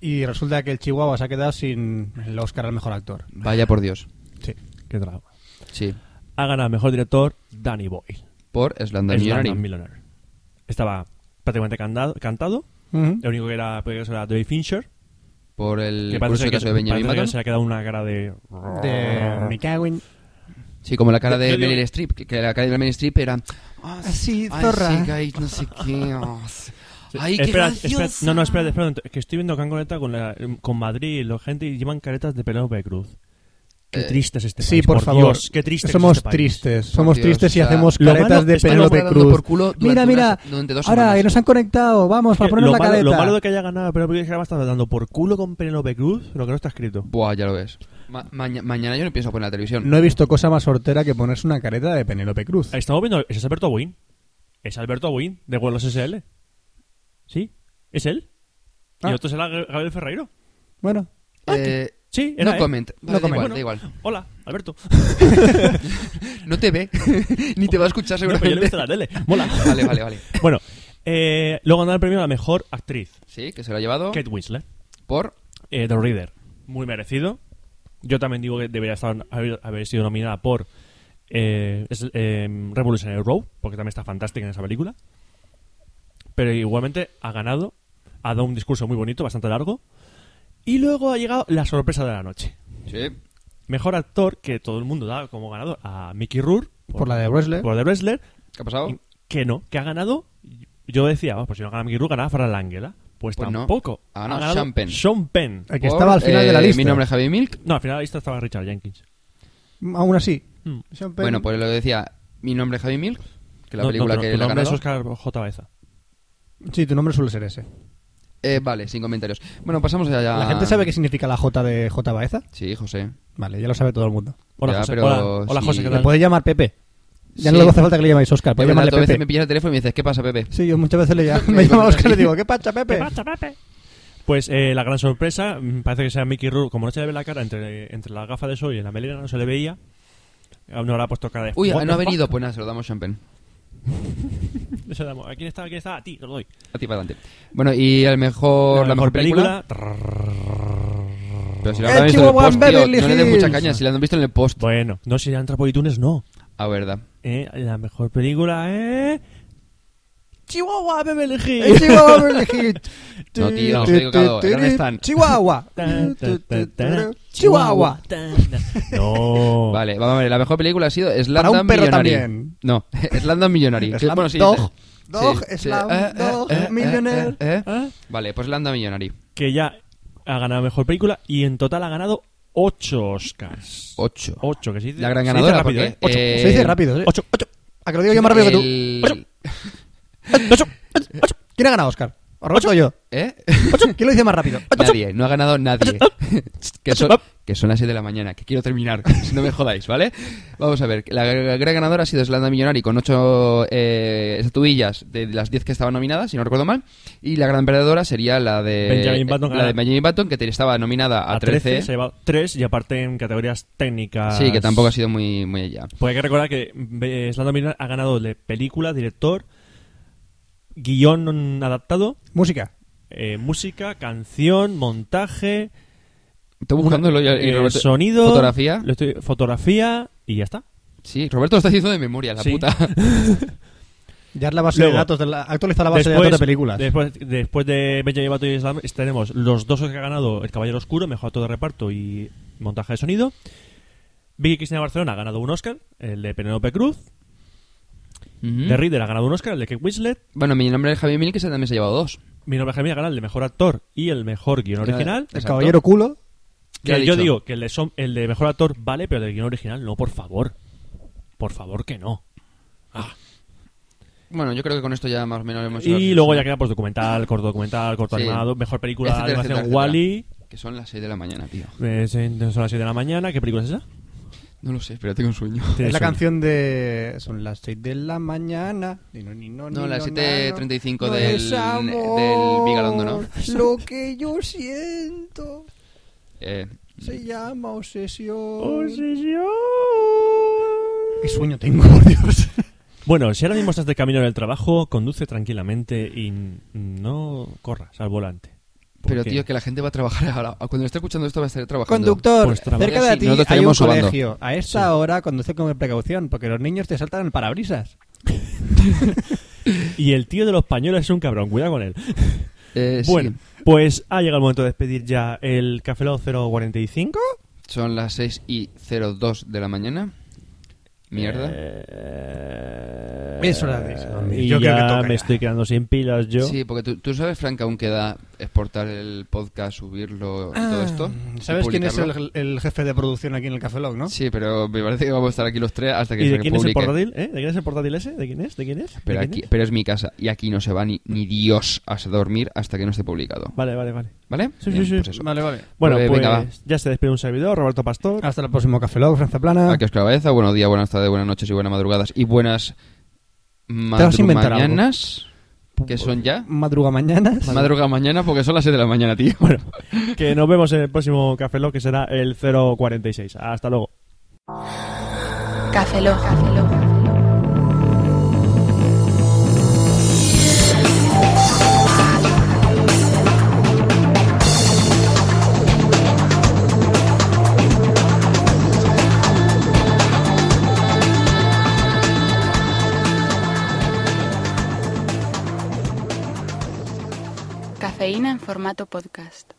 Speaker 4: Y resulta que el Chihuahua se ha quedado sin el Oscar al mejor actor.
Speaker 3: Vaya por Dios.
Speaker 4: Sí.
Speaker 5: Qué drama.
Speaker 3: Sí.
Speaker 5: Ha ganado mejor director Danny Boyle.
Speaker 3: Por Slumdog
Speaker 5: Es
Speaker 3: Millionaire.
Speaker 5: Landon Millionaire. Estaba prácticamente candado- cantado. Lo único que era, podía ser era David Fincher.
Speaker 3: Por el
Speaker 5: que
Speaker 3: curso
Speaker 5: parece
Speaker 3: de
Speaker 5: que,
Speaker 3: caso de Benjamin
Speaker 5: parece que
Speaker 3: Button.
Speaker 5: se le ha quedado una cara de...
Speaker 4: De me cago en-
Speaker 3: Sí, como la cara de
Speaker 5: Yo digo-
Speaker 3: Meryl Streep. Que, que la cara de Meryl Streep era... Ah,
Speaker 4: sí,
Speaker 3: ay,
Speaker 4: zorra.
Speaker 3: sí, que hay no sé qué. ah, sí. Ay, qué
Speaker 5: Espera,
Speaker 3: graciosa.
Speaker 5: espera, no, no, espera, espera, es que estoy viendo que han conectado con, la, con Madrid, la gente y llevan caretas de Penélope Cruz. Qué
Speaker 3: Eh,
Speaker 5: triste es este
Speaker 4: Sí,
Speaker 5: país,
Speaker 4: por, favor.
Speaker 5: Dios, qué triste que es
Speaker 4: Somos
Speaker 5: este país.
Speaker 4: tristes. Somos
Speaker 3: Dios,
Speaker 4: tristes y
Speaker 3: o sea,
Speaker 4: hacemos
Speaker 5: lo
Speaker 4: caretas
Speaker 5: malo
Speaker 4: de
Speaker 5: es que nos
Speaker 4: Penélope
Speaker 3: está dando
Speaker 4: Cruz.
Speaker 3: por culo
Speaker 4: mira,
Speaker 3: durante
Speaker 4: mira.
Speaker 3: unas- durante dos
Speaker 4: ahora,
Speaker 3: semanas.
Speaker 4: que nos han conectado. Vamos, para
Speaker 5: Que
Speaker 4: ponernos
Speaker 5: lo,
Speaker 4: la
Speaker 5: malo,
Speaker 4: careta.
Speaker 5: lo malo de que haya ganado Penélope Cruz es que ahora está dando por culo con Penélope Cruz lo que no está escrito.
Speaker 3: Buah, ya lo ves. Ma- maña- mañana yo no pienso poner la televisión. Eh,
Speaker 4: No he visto cosa más sortera que ponerse una careta de Penélope Cruz.
Speaker 5: Estamos viendo, ese es Alberto Buin. Es Alberto Buin, de Vuelos SL. ¿Sí? ¿Es él?
Speaker 4: Ah.
Speaker 5: Y otro será Gabriel Ferreiro.
Speaker 4: Bueno,
Speaker 3: Eh,
Speaker 5: Ah, Sí, era
Speaker 3: no
Speaker 5: él.
Speaker 3: comment. Vale,
Speaker 4: No
Speaker 3: da
Speaker 4: comment.
Speaker 3: igual, da igual.
Speaker 5: Hola, Alberto.
Speaker 3: No te ve. Ni te va a escuchar
Speaker 5: No, pues yo lo he visto
Speaker 3: seguramente.
Speaker 5: en la tele. Mola.
Speaker 3: Vale, vale, vale.
Speaker 5: Bueno, eh, luego han dado el premio a la mejor actriz,
Speaker 3: Sí, que se lo ha llevado
Speaker 5: Kate Winslet,
Speaker 3: por...
Speaker 5: eh, The Reader. Muy merecido. Yo también digo que debería estar, haber, haber sido nominada por eh, es- eh, Revolutionary Road, porque también está fantástica en esa película. Pero igualmente ha ganado, ha dado un discurso muy bonito, bastante largo. Y luego ha llegado la sorpresa de la noche.
Speaker 3: Sí.
Speaker 5: Mejor actor que todo el mundo da como ganador a Mickey Rourke
Speaker 4: por la de Wrestler.
Speaker 5: por The Wrestler,
Speaker 3: ¿Qué ha pasado?
Speaker 5: Y- que no, que ha ganado. Yo decía, vamos, pues si no gana Mickey Rourke, ganaba Fran Langela. Pues,
Speaker 3: Pues no.
Speaker 5: tampoco.
Speaker 3: Ha ganado
Speaker 5: ganado
Speaker 3: Sean Penn.
Speaker 5: Sean Penn.
Speaker 4: El que
Speaker 3: Por,
Speaker 4: estaba al final de la
Speaker 3: eh,
Speaker 4: lista.
Speaker 3: Mi nombre es Javi Milk.
Speaker 5: No, al final de la lista estaba Richard Jenkins.
Speaker 4: Aún así.
Speaker 5: Hmm.
Speaker 4: Sean Penn.
Speaker 3: Bueno, pues lo que decía, mi nombre es Javi Milk, que la
Speaker 5: No,
Speaker 3: película
Speaker 5: no, tu-
Speaker 3: que
Speaker 5: tu
Speaker 3: la ha
Speaker 5: nombre es
Speaker 3: ganado.
Speaker 5: Oscar J. Baeza.
Speaker 4: Sí, tu nombre suele ser ese.
Speaker 3: Eh, vale, sin comentarios. Bueno, pasamos allá.
Speaker 4: ¿La gente sabe qué significa la J de J Baeza?
Speaker 3: Sí, José.
Speaker 4: Vale, ya lo sabe todo el mundo.
Speaker 5: Hola,
Speaker 3: Ya,
Speaker 5: José.
Speaker 3: pero
Speaker 5: Hola, hola,
Speaker 3: sí.
Speaker 5: José, ¿qué
Speaker 4: Le
Speaker 5: tal?
Speaker 4: podéis llamar Pepe. Ya
Speaker 3: Sí.
Speaker 4: no le hace falta que le llamáis Oscar,
Speaker 3: Yo
Speaker 4: podéis llamarle
Speaker 3: a veces me
Speaker 4: Pepe.
Speaker 3: pillas el teléfono y me dices, ¿qué pasa, Pepe?
Speaker 4: Sí, yo muchas veces le llamo,
Speaker 3: Me
Speaker 4: me llamo
Speaker 3: llamas
Speaker 4: Oscar y le
Speaker 3: así.
Speaker 4: digo, ¿qué pacha, Pepe?
Speaker 5: Pues eh, la gran sorpresa, mm, parece que sea Mickey Rourke. Como no se le ve la cara entre, entre la gafa de sol y la melena, no se le veía. Aún no le ha puesto cara pues, de.
Speaker 3: Uy,
Speaker 5: What the
Speaker 3: no ha
Speaker 5: fuck?
Speaker 3: venido. Pues nada, se lo damos champán.
Speaker 5: Se la damos. ¿A quién está? ¿A quién está? A ti, te lo doy.
Speaker 3: A ti para adelante. Bueno, y el mejor, la, mejor película. Pero si la
Speaker 4: El
Speaker 3: han visto en el
Speaker 4: Chihuahua
Speaker 3: post,
Speaker 4: en
Speaker 3: tío,
Speaker 4: Beverly
Speaker 3: no le den
Speaker 4: Hills.
Speaker 3: mucha caña, si la han visto en el post.
Speaker 5: Bueno, no sé si entra por iTunes, no.
Speaker 3: A verdad.
Speaker 5: Eh, la mejor película es. Chihuahua, Beverly
Speaker 4: Eh,
Speaker 5: Hills.
Speaker 4: Chihuahua, Beverly Hills.
Speaker 3: No, tío, estoy equivocado. ¿Dónde están?
Speaker 4: Chihuahua.
Speaker 5: Tan, tan, tan, tan.
Speaker 4: Chihuahua.
Speaker 5: Tan, tan. No.
Speaker 3: Vale, vamos a ver. La mejor película ha sido
Speaker 4: Para
Speaker 3: Slumdog
Speaker 4: un perro
Speaker 3: Millionaire.
Speaker 4: también.
Speaker 3: No, Slumdog Millionaire.
Speaker 4: Slam
Speaker 3: Bueno, sí,
Speaker 4: Dog.
Speaker 3: sí,
Speaker 4: Dog,
Speaker 3: sí.
Speaker 4: Slam
Speaker 3: Eh, eh,
Speaker 4: Dog,
Speaker 3: eh, eh,
Speaker 4: Millionaire.
Speaker 3: eh, eh.
Speaker 5: ¿Eh?
Speaker 3: Vale, pues Slumdog Millionaire.
Speaker 5: Que ya ha ganado mejor película y en total ha ganado 8 Oscars.
Speaker 3: 8.
Speaker 5: 8, que se dice.
Speaker 3: La gran
Speaker 5: se dice
Speaker 3: ganadora,
Speaker 5: rápido,
Speaker 3: porque,
Speaker 5: ¿eh? Ocho.
Speaker 3: eh,
Speaker 4: Se dice rápido, ¿eh?
Speaker 5: Ocho, ocho,
Speaker 4: ¿A que lo digo yo más rápido que tú?
Speaker 3: El-
Speaker 4: ¿Quién ha ganado, Oscar? ¿Ocho yo?
Speaker 3: ¿Eh?
Speaker 4: ¿Ocho? ¿Quién lo dice más rápido? ¡Ocho!
Speaker 3: Nadie, no ha ganado nadie. que, son, que son las 6 de la mañana, que quiero terminar, si no me jodáis, ¿vale? Vamos a ver, la gran ganadora ha sido Slanda Millonari con 8 estatuillas de las 10 que estaban nominadas, si no recuerdo mal. Y la gran perdedora sería la de
Speaker 5: Benjamin Button,
Speaker 3: la de Benjamin Button, que te- estaba nominada a, 13.
Speaker 5: se ha llevado 3 y aparte en categorías técnicas.
Speaker 3: Sí, que tampoco ha sido muy, muy allá.
Speaker 5: Pues hay que recordar que eh, Slatan Millonari ha ganado de película, director, guión adaptado,
Speaker 4: Música.
Speaker 5: eh, música, canción, montaje,
Speaker 3: Estoy buscándolo ya. y
Speaker 5: eh,
Speaker 3: Roberto-
Speaker 5: sonido,
Speaker 3: Fotografía.
Speaker 5: lo estoy- fotografía y ya está.
Speaker 3: Sí, Roberto lo está diciendo de memoria, la
Speaker 5: Sí.
Speaker 3: puta.
Speaker 4: Ya es la base
Speaker 5: Luego.
Speaker 4: de datos. De la, actualiza la base de datos de películas.
Speaker 5: Después, después de Benjamin Button y Islam, tenemos los dos que ha ganado El Caballero Oscuro, Mejor Actor de Reparto y Montaje de Sonido. Vicky Cristina Barcelona ha ganado un Oscar, el de Penélope Cruz.
Speaker 3: Ujú.
Speaker 5: The Reader ha ganado un Oscar, el de Kate Winslet.
Speaker 3: Bueno, mi nombre es Javier Mil, que también se ha llevado dos.
Speaker 5: Mi nombre es Jaime ha ganado el de Mejor Actor y el Mejor Guión
Speaker 3: Ya,
Speaker 5: Original.
Speaker 4: El
Speaker 3: exacto.
Speaker 4: caballero culo.
Speaker 3: ¿Qué ha
Speaker 5: Que yo
Speaker 3: dicho?
Speaker 5: digo que el de, som- el de Mejor Actor vale, pero el de Guión Original no, por favor. Por favor que no.
Speaker 3: Bueno, yo creo que con esto ya más o menos hemos
Speaker 5: Y luego ya queda pues documental, corto documental, corto
Speaker 3: Sí.
Speaker 5: animado, Mejor Película de
Speaker 3: Etcétera,
Speaker 5: animación
Speaker 3: etcétera,
Speaker 5: Wally.
Speaker 3: Que son las 6 de la mañana, tío.
Speaker 5: Eh, son las 7 de la mañana. ¿Qué película es esa?
Speaker 3: No lo sé, pero tengo un sueño.
Speaker 5: Tienes
Speaker 4: Es la
Speaker 5: sueño.
Speaker 4: canción de. Son las 6 de la mañana. Ni no, ni no,
Speaker 3: No,
Speaker 4: ni
Speaker 3: las
Speaker 4: no, na,
Speaker 3: 7.35
Speaker 4: no. No
Speaker 3: del,
Speaker 4: es amor,
Speaker 3: del Vigalondo, ¿no?
Speaker 4: Lo que yo siento
Speaker 3: Eh,
Speaker 4: se llama obsesión.
Speaker 5: Posesión.
Speaker 4: Qué sueño tengo, por Dios.
Speaker 5: Bueno, si ahora mismo estás de camino del trabajo, conduce tranquilamente y n- no corras al volante.
Speaker 3: pero,
Speaker 5: Porque
Speaker 3: tío, que la gente va a trabajar ahora. Ah, Cuando lo esté escuchando esto va a estar trabajando.
Speaker 4: Conductor,
Speaker 5: Pues trabaja
Speaker 4: cerca de
Speaker 3: así,
Speaker 4: ti
Speaker 3: nosotros
Speaker 4: hay un
Speaker 3: estaremos sobando.
Speaker 4: colegio. A esta hora conduce con precaución, porque los niños te saltan el parabrisas.
Speaker 5: Y el tío de los pañuelos es un cabrón, cuidado con él.
Speaker 3: Eh, sí.
Speaker 5: Bueno, pues ha llegado el momento de despedir ya el Café Lock 045.
Speaker 3: Son las 6 y 02 de la mañana.
Speaker 5: Eh,
Speaker 3: Mierda.
Speaker 4: Es hora de irse a dormir.
Speaker 5: Y
Speaker 4: Yo creo
Speaker 5: ya
Speaker 4: que toca
Speaker 5: me
Speaker 4: ya.
Speaker 5: estoy quedando sin pilas yo.
Speaker 3: Sí, porque tú, tú sabes, Frank, que aún queda exportar el podcast, subirlo y
Speaker 4: Ah.
Speaker 3: todo esto. y
Speaker 4: ¿Sabes quién es
Speaker 3: publicarlo.
Speaker 4: el, el jefe de producción aquí en el Café Lock, no?
Speaker 3: Sí, pero me parece que vamos a estar aquí los tres hasta que
Speaker 5: ¿Y de
Speaker 3: Frank
Speaker 5: quién es el
Speaker 3: publique.
Speaker 5: portátil? ¿Eh? ¿De quién es el portátil ese? ¿De quién es? ¿De quién es? ¿De
Speaker 3: Pero,
Speaker 5: quién
Speaker 3: aquí,
Speaker 5: es?
Speaker 3: pero es mi casa y aquí no se va ni, ni Dios a dormir hasta que no esté publicado.
Speaker 5: Vale, vale, vale.
Speaker 3: ¿Vale?
Speaker 5: Sí,
Speaker 3: Bien,
Speaker 5: sí, sí.
Speaker 3: pues eso.
Speaker 4: Vale, vale.
Speaker 5: Bueno,
Speaker 3: Pues
Speaker 5: pues,
Speaker 3: venga,
Speaker 5: ya se despide un servidor, Roberto Pastor.
Speaker 4: Hasta el próximo Café Lock, Franza Plana.
Speaker 3: Aquí os cabeza, buenos días, buenas tardes, buenas noches y buenas madrugadas y buenas
Speaker 4: vas a inventar algo.
Speaker 3: madrugamañanas, que son ya.
Speaker 4: Madruga mañana.
Speaker 3: Madruga mañana porque son las 7 de la mañana, tío. Bueno,
Speaker 5: que nos vemos en el próximo Café Lock, que será el 046. Hasta luego.
Speaker 7: Café Lock. Cafeína en formato podcast.